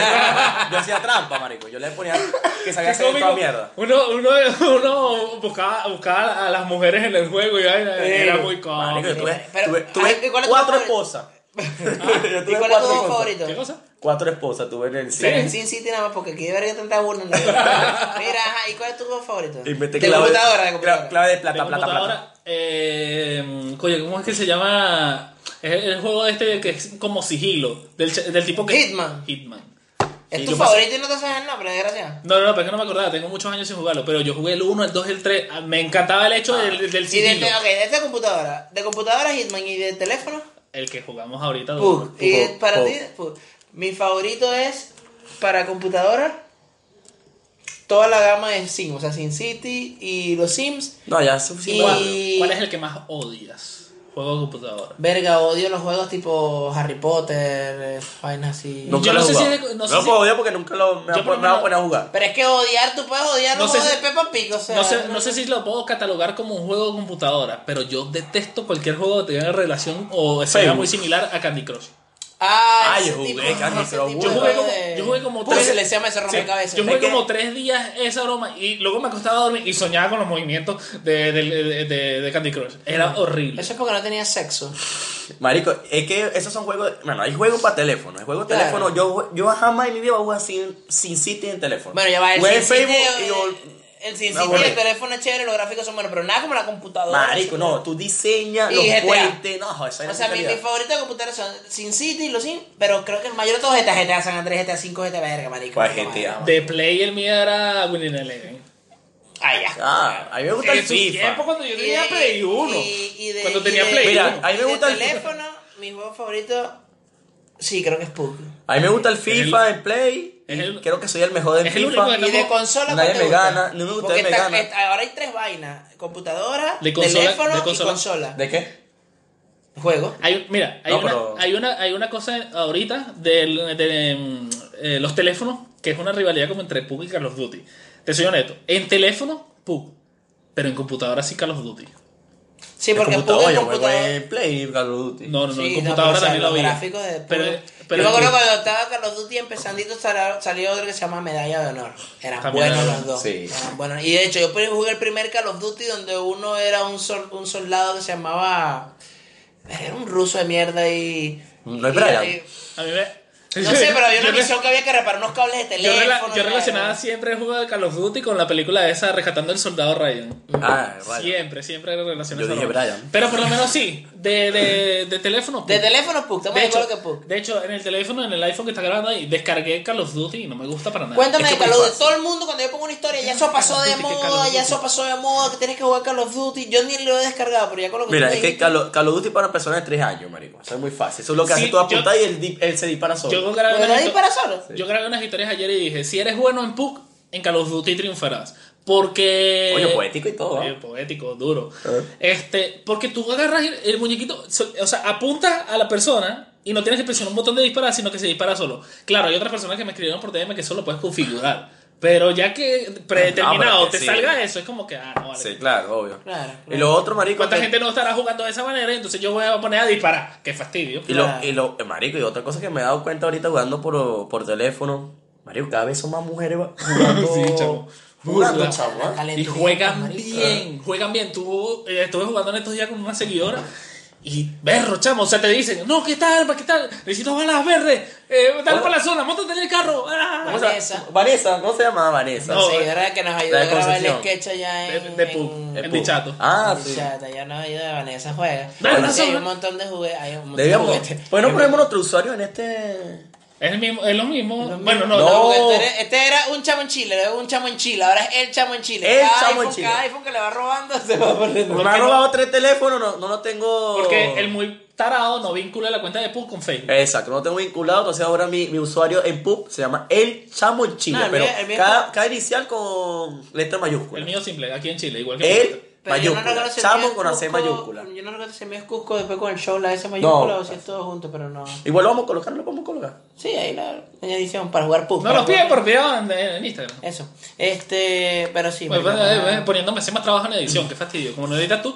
Speaker 1: yo hacía trampa, marico. Yo le ponía que sabía
Speaker 3: Qué
Speaker 1: hacer
Speaker 3: cómico.
Speaker 1: toda mierda.
Speaker 3: Uno, uno, uno buscaba, buscaba a las mujeres en el juego y vaina, era, muy
Speaker 1: Marico, yo
Speaker 3: cómico.
Speaker 1: tuve,
Speaker 2: Pero-
Speaker 1: tuve-
Speaker 2: ay,
Speaker 1: tuve
Speaker 2: ¿cuál es tu
Speaker 1: cuatro
Speaker 2: favorito? Ah,
Speaker 1: esposas.
Speaker 2: ¿Y
Speaker 1: Yo
Speaker 2: cuál es tu
Speaker 1: tuve cuatro
Speaker 2: juego
Speaker 1: esposas.
Speaker 2: favorito?
Speaker 3: ¿Qué cosa?
Speaker 1: Cuatro esposas tuve en el
Speaker 2: Sí,
Speaker 1: cine.
Speaker 2: en Sin City nada más porque aquí debería tanta burla. ¿no? Mira, ajá, ¿y cuál es tu juego favorito?
Speaker 1: Inventé
Speaker 2: de
Speaker 1: clave-
Speaker 2: computadora, de
Speaker 1: cla-
Speaker 2: computadora.
Speaker 1: Clave de
Speaker 3: De
Speaker 1: plata, plata,
Speaker 3: computadora,
Speaker 1: plata.
Speaker 3: eh, coño, ¿cómo es que se llama? Es el, el juego este que es como sigilo, del, ch- del tipo que...
Speaker 2: Hitman.
Speaker 3: Hitman.
Speaker 2: Es
Speaker 1: Sí,
Speaker 2: tu
Speaker 1: yo pasé-
Speaker 2: favorito y no te sabes el nombre, desgracia.
Speaker 3: No, no, no, pero es que no me acordaba, tengo muchos años sin jugarlo, pero yo jugué el 1, el 2 y el 3. Ah, Me encantaba el hecho del, del
Speaker 2: Y de,
Speaker 3: sigilo.
Speaker 2: ok, de esta computadora. De computadora Hitman y de teléfono.
Speaker 3: El que jugamos ahorita.
Speaker 2: Pug.
Speaker 3: duro.
Speaker 2: Y
Speaker 1: Pug,
Speaker 2: para
Speaker 1: Pug.
Speaker 2: ti, Pug. Mi favorito es para computadora. Toda la gama de Sims, o sea, Sin City y los Sims.
Speaker 1: No, ya es suficiente.
Speaker 3: ¿Cuál,
Speaker 2: Y-
Speaker 3: cuál es el que más odias? Juego de computadora.
Speaker 2: Verga, odio los juegos tipo Harry Potter, eh, vainas así.
Speaker 3: No. Yo
Speaker 1: Nunca lo he
Speaker 3: sé si
Speaker 1: jugado.
Speaker 3: de- no
Speaker 1: No
Speaker 3: sé
Speaker 1: lo
Speaker 3: si-
Speaker 1: puedo odiar porque nunca lo, me,
Speaker 3: Yo
Speaker 1: voy a
Speaker 3: por lo
Speaker 1: pon- me voy a
Speaker 3: menos-
Speaker 1: poner a jugar.
Speaker 2: Pero es que odiar, tú puedes odiar
Speaker 3: No
Speaker 2: los
Speaker 3: sé
Speaker 2: juegos
Speaker 3: si-
Speaker 2: de Peppa Pig, o sea.
Speaker 3: No sé, no sé si lo puedo catalogar como un juego de computadora, pero yo detesto cualquier juego que tenga relación o sea
Speaker 1: Facebook.
Speaker 3: muy similar a Candy Crush.
Speaker 2: Ah,
Speaker 1: Ah,
Speaker 2: ese
Speaker 1: yo jugué
Speaker 2: tipo-
Speaker 1: Candy
Speaker 2: ese
Speaker 1: Crush,
Speaker 2: tipo
Speaker 3: Yo
Speaker 2: de
Speaker 3: jugué
Speaker 2: juego
Speaker 3: como-
Speaker 2: de-
Speaker 3: yo jugué como
Speaker 2: ¿Cómo
Speaker 3: tres-
Speaker 2: se le llama ese rompecabezas?
Speaker 3: yo jugué
Speaker 1: ¿de qué?
Speaker 3: como tres días esa broma y luego me acostaba a dormir y soñaba con los movimientos de, de- de- de- de Candy Crush. Era horrible.
Speaker 2: Eso es porque no tenía sexo.
Speaker 1: Marico, es que esos son juegos. Bueno, hay juegos para teléfono. Hay juegos de
Speaker 2: Claro.
Speaker 1: teléfono. Yo, yo jamás en mi vida voy a jugar sin, sin City en teléfono.
Speaker 2: Bueno, ya va el
Speaker 1: Jugué en
Speaker 2: Sin City,
Speaker 1: Facebook
Speaker 2: eh,
Speaker 1: y yo.
Speaker 2: el sin
Speaker 1: No,
Speaker 2: sitio
Speaker 1: bueno.
Speaker 2: el teléfono es chévere, los gráficos son buenos, pero nada como la computadora.
Speaker 1: Marico, no, tú diseñas
Speaker 2: Y
Speaker 1: los
Speaker 2: GTA.
Speaker 1: puentes. No, esa
Speaker 2: O sea, mi, mi favorito de computadora son Sin City y los Sin, pero creo que el mayor de todos es GTA, GTA San Andrés, GTA 5, GTA verga, marico.
Speaker 1: ¿Cuál
Speaker 2: puta
Speaker 1: GTA?
Speaker 2: madre.
Speaker 3: De Play el mío era Winning Eleven.
Speaker 2: Ah, ya.
Speaker 1: Ah, a mí me gusta el
Speaker 3: En su
Speaker 1: FIFA.
Speaker 3: tiempo cuando yo tenía
Speaker 2: Y-
Speaker 3: Play 1.
Speaker 2: y- y de-
Speaker 3: cuando
Speaker 2: y
Speaker 3: tenía
Speaker 2: de-
Speaker 3: Play
Speaker 1: Mira,
Speaker 3: 1.
Speaker 1: a mí me
Speaker 2: y de
Speaker 1: gusta el-
Speaker 2: teléfono, mi juego favorito, sí, creo que es Pug.
Speaker 1: A mí me gusta el FIFA, el, Play.
Speaker 3: es el-
Speaker 1: Creo que soy el mejor de
Speaker 3: es el único
Speaker 1: FIFA.
Speaker 3: que no-
Speaker 2: Y de consola,
Speaker 1: Nadie
Speaker 2: ¿cuál te
Speaker 1: me
Speaker 2: gusta?
Speaker 1: gana, no me gusta,
Speaker 2: Porque
Speaker 1: nadie me
Speaker 2: está-
Speaker 1: gana.
Speaker 2: está- ahora hay tres vainas, computadora,
Speaker 3: De consola-
Speaker 2: teléfono
Speaker 3: de consola.
Speaker 2: y consola.
Speaker 1: ¿De qué?
Speaker 2: Juego.
Speaker 3: Hay- mira, hay,
Speaker 1: No,
Speaker 3: una,
Speaker 1: pero-
Speaker 3: hay, una, hay una cosa ahorita de, de, mm, eh, los teléfonos que es una rivalidad como entre PUBG y Call of Duty. Te soy honesto, en teléfono, PUBG, pero en computadora sí Call of Duty.
Speaker 2: Sí, porque
Speaker 1: El
Speaker 2: Pug es
Speaker 1: computador, yo juego
Speaker 2: computadora.
Speaker 1: en Play y Call of Duty.
Speaker 3: No, no, no, en
Speaker 2: Sí,
Speaker 3: computadora
Speaker 2: pero, o sea,
Speaker 3: también lo
Speaker 2: los
Speaker 3: vi.
Speaker 2: gráficos de
Speaker 3: Pero,
Speaker 2: Pug.
Speaker 3: pero
Speaker 2: Yo me acuerdo cuando estaba Carlos Duty empezandito sal- salió otro que se llama Medalla de Honor. Eran
Speaker 3: También
Speaker 2: buenos
Speaker 3: era-
Speaker 2: los dos.
Speaker 1: sí.
Speaker 2: Eran buenos. Y de hecho, yo jugué el primer Call of Duty donde uno era un, sol- un soldado que se llamaba. Era un ruso de mierda y.
Speaker 1: No es
Speaker 2: y-
Speaker 1: Brian.
Speaker 2: y-
Speaker 3: a mí me-
Speaker 2: no sé, pero había una
Speaker 3: Yo re-
Speaker 2: misión que había que reparar unos cables de
Speaker 3: Yo,
Speaker 2: teléfono.
Speaker 3: rela- yo
Speaker 2: ¿no?
Speaker 3: relacionaba siempre el juego de Call of Duty con la película esa Rescatando al Soldado Ryan.
Speaker 1: Ah, vale.
Speaker 3: Siempre, siempre relacioné
Speaker 1: Yo
Speaker 3: esa
Speaker 1: dije
Speaker 3: broma.
Speaker 1: Brian.
Speaker 3: Pero por lo menos sí, de, de, de teléfono.
Speaker 2: De
Speaker 3: Pug.
Speaker 2: teléfono, Pug. Estamos
Speaker 3: De
Speaker 2: de
Speaker 3: hecho,
Speaker 2: acuerdo que Pug.
Speaker 3: de hecho, en el teléfono, en el iPhone que está grabando ahí, descargué Call of Duty y no me gusta para nada.
Speaker 2: Cuéntame
Speaker 1: Es que
Speaker 2: de Call
Speaker 1: muy
Speaker 2: of Duty.
Speaker 1: fácil.
Speaker 2: Todo el mundo, cuando yo pongo una historia, ya eso
Speaker 3: Call of
Speaker 2: pasó de
Speaker 3: Duty, que Call of
Speaker 2: moda, ya
Speaker 3: Duty.
Speaker 2: eso pasó de moda, que tienes que jugar Call of Duty. Yo ni lo he descargado, pero ya con lo que
Speaker 1: Mira,
Speaker 2: tú
Speaker 1: es que
Speaker 2: dijiste-
Speaker 1: Call of Call of Duty para personas de 3 años, marico. Eso es muy fácil. Eso es lo que
Speaker 3: Sí,
Speaker 1: hace tú apuntar
Speaker 3: yo-
Speaker 1: y él, di- él se dispara solo.
Speaker 3: Yo grabé,
Speaker 2: ¿Pero
Speaker 3: unas
Speaker 2: ahí
Speaker 3: histo-
Speaker 2: para solo?
Speaker 3: yo grabé unas historias ayer y dije, si eres bueno en PUC, en Call of Duty triunfarás. Porque...
Speaker 1: Coño,
Speaker 2: pues,
Speaker 1: poético y todo, ¿ah?
Speaker 3: Oye, poético, duro.
Speaker 1: Ah.
Speaker 3: Este, porque tú agarras el, el muñequito, so- o sea, apuntas a la persona y no tienes que presionar un botón de disparar, sino que se dispara solo. Claro, hay otras personas que me escribieron por DM que solo puedes configurar. Pero ya que predeterminado
Speaker 1: Ah, pero que
Speaker 3: te
Speaker 1: sí.
Speaker 3: salga eso, es como que, ah, no, vale.
Speaker 1: Sí, claro, obvio.
Speaker 2: Claro,
Speaker 1: Y
Speaker 2: claro.
Speaker 1: lo otro, marico.
Speaker 3: ¿Cuánta
Speaker 1: que-
Speaker 3: gente no estará jugando de esa manera? Entonces yo voy a poner a disparar. Qué fastidio.
Speaker 1: Y lo,
Speaker 2: Claro.
Speaker 1: y lo, eh, marico, y otra cosa que me he dado cuenta ahorita jugando por, por teléfono, marico, cada vez son más mujeres va- jugando.
Speaker 3: Sí, chamo.
Speaker 1: Jugando,
Speaker 3: Burla.
Speaker 1: chamo, ¿eh?
Speaker 3: Y juegan bien, juegan bien. Tú, eh, estuve jugando en estos días con una seguidora y berro, chamo. O sea, te dicen, no, ¿qué tal? ¿Qué tal? Necesito balas verdes. Eh, dale
Speaker 1: Hola.
Speaker 3: para la zona, montate en el carro. Ah.
Speaker 1: ¿Cómo se llama?
Speaker 2: Vanessa.
Speaker 1: Vanessa, ¿cómo se llamaba Vanessa?
Speaker 3: No,
Speaker 2: La seguidora que nos ayudó
Speaker 1: la
Speaker 2: a
Speaker 1: de
Speaker 2: grabar el
Speaker 1: Concepción.
Speaker 2: sketch allá en.
Speaker 3: De- de Pug.
Speaker 2: en-
Speaker 3: En
Speaker 1: Epo.
Speaker 3: Bichato.
Speaker 1: Ah,
Speaker 2: en
Speaker 1: sí.
Speaker 2: Bichata, ya nos ayuda Vanessa juega.
Speaker 3: Dale,
Speaker 2: Bueno,
Speaker 3: no,
Speaker 2: sí,
Speaker 3: no,
Speaker 2: hay
Speaker 3: no.
Speaker 2: un montón de juguetes. Hay un montón de
Speaker 1: Debíamos.
Speaker 2: juguetes.
Speaker 1: Pues no ponemos nuestro usuario en este.
Speaker 3: Es, el mismo, es lo mismo. bueno, no,
Speaker 1: No.
Speaker 3: no.
Speaker 2: porque este era- Este era un chamo en Chile, luego un chamo en Chile, ahora es el chamo en Chile.
Speaker 1: El
Speaker 2: Cada
Speaker 1: chamo en
Speaker 2: iPhone-
Speaker 1: Chile.
Speaker 2: Cada iPhone que le va robando se va poniendo.
Speaker 1: Me
Speaker 3: qué
Speaker 1: ha
Speaker 3: no?
Speaker 1: robado tres teléfonos, no, no lo tengo.
Speaker 3: Porque el muy tarado no vincula la cuenta de Pug con Facebook.
Speaker 1: Exacto, no lo tengo vinculado, entonces ahora mi, mi usuario en pub se llama El Chamo en Chile,
Speaker 2: No, el
Speaker 1: pero
Speaker 2: mío- el mío es
Speaker 1: cada, cada inicial con letra mayúscula.
Speaker 3: El mío simple, aquí en Chile, igual que
Speaker 1: El
Speaker 2: Pero yo no
Speaker 1: mayúscula,
Speaker 2: recuerdo si el mío
Speaker 1: Chamo
Speaker 2: es
Speaker 1: con AC
Speaker 2: Cusco-
Speaker 1: mayúscula.
Speaker 2: Yo no recuerdo si el mío es Cusco después con el show, la S mayúscula
Speaker 1: No.
Speaker 2: o si es todo junto, pero no.
Speaker 1: Igual lo vamos a colocar, lo podemos colocar.
Speaker 2: Sí, ahí la añadición para jugar PUB.
Speaker 3: No
Speaker 2: para
Speaker 3: lo piden
Speaker 2: jugar-
Speaker 3: por video en, en Instagram.
Speaker 2: Eso. Este, pero sí.
Speaker 3: Pues,
Speaker 2: marico,
Speaker 3: eh,
Speaker 2: ajá.
Speaker 3: eh, poniéndome a hacer más trabajo en edición, qué fastidio. Como no editas tú.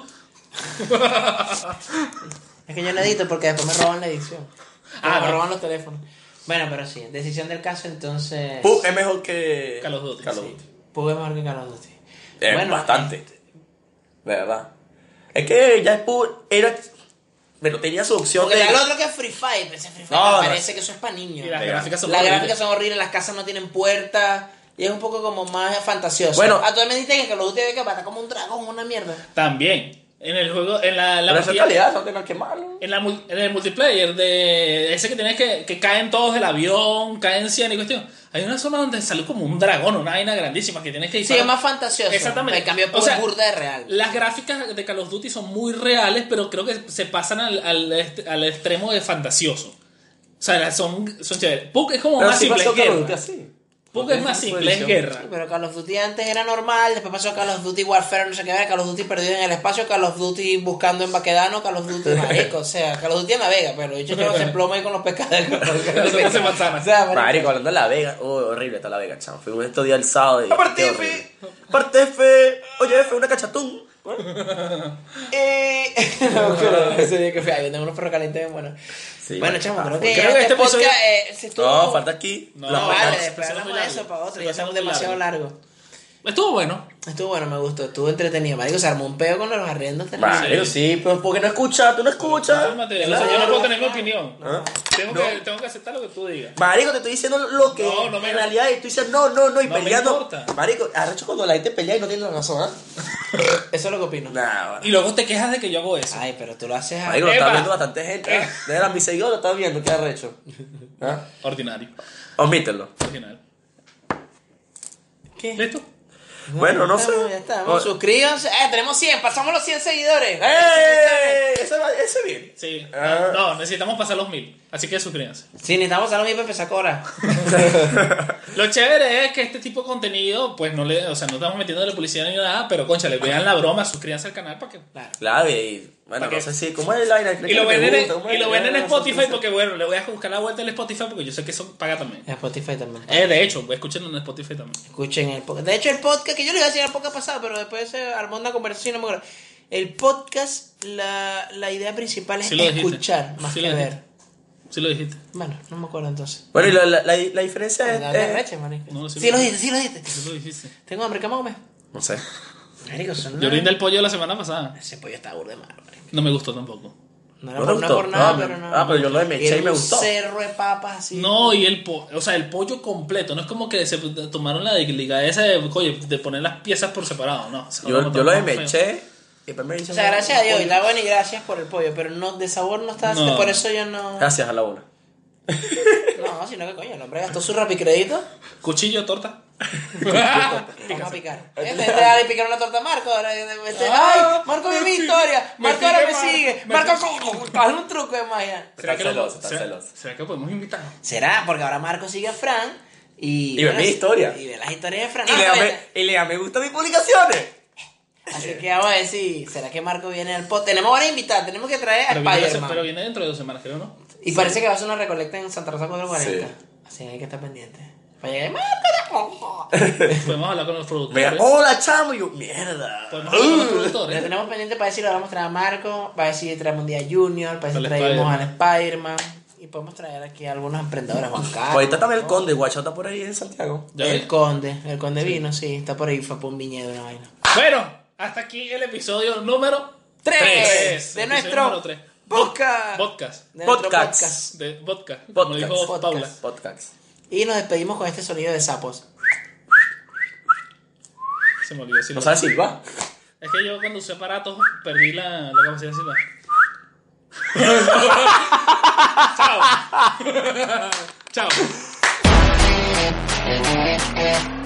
Speaker 2: Es que yo no edito porque después me roban la edición.
Speaker 3: pues, Ah,
Speaker 2: Ah, me
Speaker 3: no.
Speaker 2: roban los teléfonos. Bueno, pero sí, decisión del caso, entonces.
Speaker 1: Pub es mejor que.
Speaker 3: Call of Duty,
Speaker 1: Call of
Speaker 3: sí.
Speaker 1: Duty.
Speaker 2: Pug es mejor que Call of Duty.
Speaker 1: Eh,
Speaker 2: Bueno,
Speaker 1: bastante. De verdad. Es que ya el pub era. Pero tenía su opción
Speaker 2: Porque
Speaker 1: de.
Speaker 2: ya lo otro que es Free Fire, ese Free Fire
Speaker 1: No,
Speaker 2: me
Speaker 1: no.
Speaker 2: parece que eso es para niños.
Speaker 3: Y las
Speaker 1: Venga.
Speaker 3: gráficas son
Speaker 2: Las
Speaker 3: horribles.
Speaker 2: gráficas son horribles, las casas no tienen puertas. Y es un poco como más fantasioso.
Speaker 1: Bueno.
Speaker 2: a tú me dijiste que Call of Duty había que matar como un dragón, una mierda.
Speaker 3: También. En el juego, en la, la
Speaker 1: Pero esa
Speaker 3: partida-
Speaker 1: calidad, no tengo que malo.
Speaker 3: en, la mul- en el multiplayer de ese que tienes que, que caen todos del avión, caen 100 y cuestión. Hay una zona donde salió como un dragón, una vaina grandísima que tienes que
Speaker 2: Sí,
Speaker 3: disparar.
Speaker 2: es más fantasioso.
Speaker 3: Exactamente.
Speaker 2: En cambio, Pug
Speaker 3: O sea,
Speaker 2: es burda de real.
Speaker 3: Las gráficas de Call of Duty son muy reales, pero creo que se pasan al, al, est- al extremo de fantasioso. O sea, son, son chéveres. Pug es como
Speaker 1: Pero
Speaker 3: más
Speaker 1: sí
Speaker 3: simple,
Speaker 1: pasó
Speaker 3: es
Speaker 1: Call of Duty
Speaker 3: guerra.
Speaker 1: así.
Speaker 3: Pug
Speaker 1: Porque
Speaker 3: es más
Speaker 1: su
Speaker 3: simple, es
Speaker 1: edición.
Speaker 3: guerra.
Speaker 2: Sí, pero Call of Duty antes era normal, después pasó Call of Duty Warfare, no sé qué ver, Call of Duty perdido en el espacio, Call of Duty buscando en Baquedano, Call of Duty marico, o sea, Call of Duty en la vega, pero de hecho que no se ploma ahí con los pescados.
Speaker 3: Nosotros en manzanas.
Speaker 2: O sea, marico,
Speaker 1: Marico, hablando de La Vega, oh, horrible está La Vega, chamo. Fuimos estos días el sábado y.
Speaker 2: Aparte,
Speaker 1: qué horrible. Aparte, F. Oye, F, una cachatún.
Speaker 2: eh, no, pero ese día que fui, ahí tengo unos perros calientes bien buenos.
Speaker 1: Sí,
Speaker 2: bueno,
Speaker 1: bueno,
Speaker 2: chamo,
Speaker 1: ah,
Speaker 2: creo que,
Speaker 3: creo
Speaker 2: este
Speaker 3: que este
Speaker 2: podcast
Speaker 3: episodio-
Speaker 2: eh, se estuvo-
Speaker 1: No, falta aquí.
Speaker 3: No,
Speaker 2: No, vale,
Speaker 3: se
Speaker 2: después
Speaker 3: hizo muy
Speaker 2: hablamos de
Speaker 3: largo.
Speaker 2: eso para
Speaker 3: Se
Speaker 2: otro, ya
Speaker 3: hizo
Speaker 2: estamos
Speaker 3: muy
Speaker 2: demasiado largo.
Speaker 3: Estuvo bueno.
Speaker 2: Estuvo bueno, me gustó, estuvo entretenido. Marico, se armó un peo con los arrendos también.
Speaker 1: Vale, sí, pero porque no escuchas, tú no escuchas.
Speaker 3: Cálmate,
Speaker 1: Claro.
Speaker 3: o sea, yo no puedo tener mi opinión.
Speaker 1: ¿Ah?
Speaker 3: Tengo,
Speaker 1: No.
Speaker 3: que, tengo que aceptar lo que tú digas.
Speaker 1: Marico, te estoy diciendo lo que
Speaker 3: No, no me-
Speaker 1: en realidad y tú dices no, no, no, y
Speaker 3: No me
Speaker 1: peleando.
Speaker 3: importa.
Speaker 1: Marico, arrecho cuando la gente pelea y no tiene la razón, ¿ah?
Speaker 2: Eso es lo que opino.
Speaker 1: Nah, bueno.
Speaker 3: Y luego te quejas de que yo hago eso.
Speaker 2: Ay, pero tú lo haces a...
Speaker 1: Marico, lo está
Speaker 3: Eva.
Speaker 1: viendo bastante gente. ¿ah? De verdad, mis seguidores lo están viendo, qué arrecho. ¿Ah?
Speaker 3: Ordinario.
Speaker 1: Omítelo.
Speaker 3: Ordinario.
Speaker 2: ¿Qué?
Speaker 3: ¿Listo?
Speaker 1: Bueno, no sé.
Speaker 2: estamos, Ya estamos.
Speaker 1: Oh.
Speaker 2: Suscríbanse. Eh, tenemos 100. Pasamos los 100 seguidores.
Speaker 1: ¡Ey! ¡Eh! Ese va- ese bien.
Speaker 3: Sí.
Speaker 1: Ah.
Speaker 3: No, necesitamos pasar los mil. Así que suscríbanse.
Speaker 2: Sí, necesitamos a los mismos empezar a cobrar.
Speaker 3: Lo chévere es que este tipo de contenido, pues no le, o sea, no estamos metiendo la publicidad ni nada, pero conchale, vean la broma, suscríbanse al canal para que.
Speaker 2: Claro.
Speaker 1: Claro, y bueno,
Speaker 3: Porque-
Speaker 1: no sé si. ¿Cómo es el aire?
Speaker 3: Y lo venden en, y lo venden en Spotify porque bueno, le voy a buscar la vuelta en Spotify porque yo sé que eso paga también.
Speaker 2: En Spotify también.
Speaker 3: Eh, de hecho, escúchenlo en Spotify también.
Speaker 2: Escuchen el podcast. De hecho, el podcast, que yo le iba a decir el podcast pasado, pero después se armó una conversación, no me acuerdo. El podcast, la, la idea principal es
Speaker 3: Sí lo dijiste.
Speaker 2: escuchar, más
Speaker 3: Sí
Speaker 2: que
Speaker 3: lo
Speaker 2: ver.
Speaker 3: dijiste. Sí lo dijiste.
Speaker 2: Bueno, no me acuerdo entonces.
Speaker 1: Bueno, y la, la, la, la diferencia es. eh,
Speaker 2: Dale,
Speaker 1: es-
Speaker 2: reche, marico.
Speaker 3: no, sí
Speaker 2: sí
Speaker 3: lo
Speaker 2: lo dijiste, sí lo dijiste.
Speaker 3: Sí lo dijiste.
Speaker 2: Tengo hambre, ¿qué más comes?
Speaker 1: No sé.
Speaker 2: Marico,
Speaker 1: Ah.
Speaker 2: son
Speaker 3: Yo brindé
Speaker 2: nada.
Speaker 3: el pollo la semana pasada.
Speaker 2: Ese pollo está burdo de malo, marico.
Speaker 3: No me gustó tampoco.
Speaker 2: No
Speaker 1: ¿No
Speaker 2: era
Speaker 1: te
Speaker 2: por, no
Speaker 1: gustó?
Speaker 2: por nada,
Speaker 1: No,
Speaker 2: pero
Speaker 1: me-
Speaker 2: no.
Speaker 1: ah, pero yo lo de Meche
Speaker 2: Era
Speaker 1: y me
Speaker 2: un
Speaker 1: gustó.
Speaker 2: cerro de papas así.
Speaker 3: No, y el po o sea, el pollo completo. No es como que se tomaron la liga esa de, oye, de poner las piezas por separado, no. Se
Speaker 1: Yo, yo lo
Speaker 3: botaron feo.
Speaker 1: demeché. Y después me hice
Speaker 2: O sea,
Speaker 1: un-
Speaker 2: gracias a Dios, y
Speaker 1: un-
Speaker 2: está bueno y gracias por el pollo, pero no, de sabor no está,
Speaker 3: No.
Speaker 2: por eso yo no...
Speaker 1: Gracias a la una.
Speaker 2: No, sino que coño, el hombre gastó su rapicredito.
Speaker 3: Cuchillo, torta.
Speaker 2: Vamos a picar.
Speaker 1: Ah.
Speaker 2: Este este va a picar una torta a Marco. Ahora, este,
Speaker 3: Ah,
Speaker 2: ay, Marco
Speaker 3: me
Speaker 2: vive mi
Speaker 3: sigue,
Speaker 2: historia.
Speaker 3: me
Speaker 2: Marco ahora
Speaker 3: sigue
Speaker 2: me
Speaker 3: Marco,
Speaker 2: sigue.
Speaker 3: me
Speaker 2: Marco, co- haz un truco de magia.
Speaker 3: ¿Será que,
Speaker 1: Están
Speaker 3: lo-
Speaker 1: celosos, están
Speaker 3: será-
Speaker 1: celosos.
Speaker 3: será que podemos invitarlo?
Speaker 2: ¿Será? Porque ahora Marco sigue a Fran. Y,
Speaker 1: Y ve mi historia.
Speaker 2: Y ve las historias de Fran.
Speaker 1: Y le,
Speaker 2: Ah,
Speaker 1: da me,
Speaker 2: espérate.
Speaker 1: y le da me gusta a mis publicaciones.
Speaker 2: Así que vamos a ver si. ¿Será que Marco viene al pod? Tenemos ahora invitados. Tenemos que traer a
Speaker 3: Pero viene,
Speaker 2: Spider-Man.
Speaker 3: pero viene dentro de dos semanas, creo, ¿no?
Speaker 2: Y parece que va a ser una recolecta en Santa Rosa 440.
Speaker 1: Sí.
Speaker 2: Así que hay que estar pendiente. Para llegar. Marco, ya-
Speaker 3: Podemos hablar con los
Speaker 1: Me
Speaker 3: productores.
Speaker 1: da, hola, chamo. Y yo, mierda.
Speaker 3: Podemos hablar con los
Speaker 2: Lo
Speaker 3: productores.
Speaker 2: tenemos pendiente para decir, lo vamos a traer a Marco, para decir traemos un día a Junior, para decir
Speaker 3: Al
Speaker 2: traemos al Spider-Man. Y podemos traer aquí a algunos emprendedores bancarios.
Speaker 1: Pues ahí está también el conde, guacho, está por ahí en Santiago.
Speaker 3: Ya
Speaker 2: el
Speaker 3: ves.
Speaker 2: conde, el conde vino, sí, está por ahí, fue por un viñedo una vaina.
Speaker 3: Bueno, hasta aquí el episodio número
Speaker 2: Tres,
Speaker 3: 3
Speaker 2: de nuestro podcast.
Speaker 3: Podcast.
Speaker 2: De nuestro
Speaker 1: Podcast.
Speaker 3: De vodka, como
Speaker 1: Podcast.
Speaker 3: dijo
Speaker 2: Podcast.
Speaker 3: Paula.
Speaker 1: Podcast.
Speaker 2: Y nos despedimos con este sonido de sapos.
Speaker 3: Se me olvidó decirlo.
Speaker 1: ¿No sabes Silva?
Speaker 3: Es que yo cuando usé aparatos perdí la, la capacidad de silbar. Chao. Chao.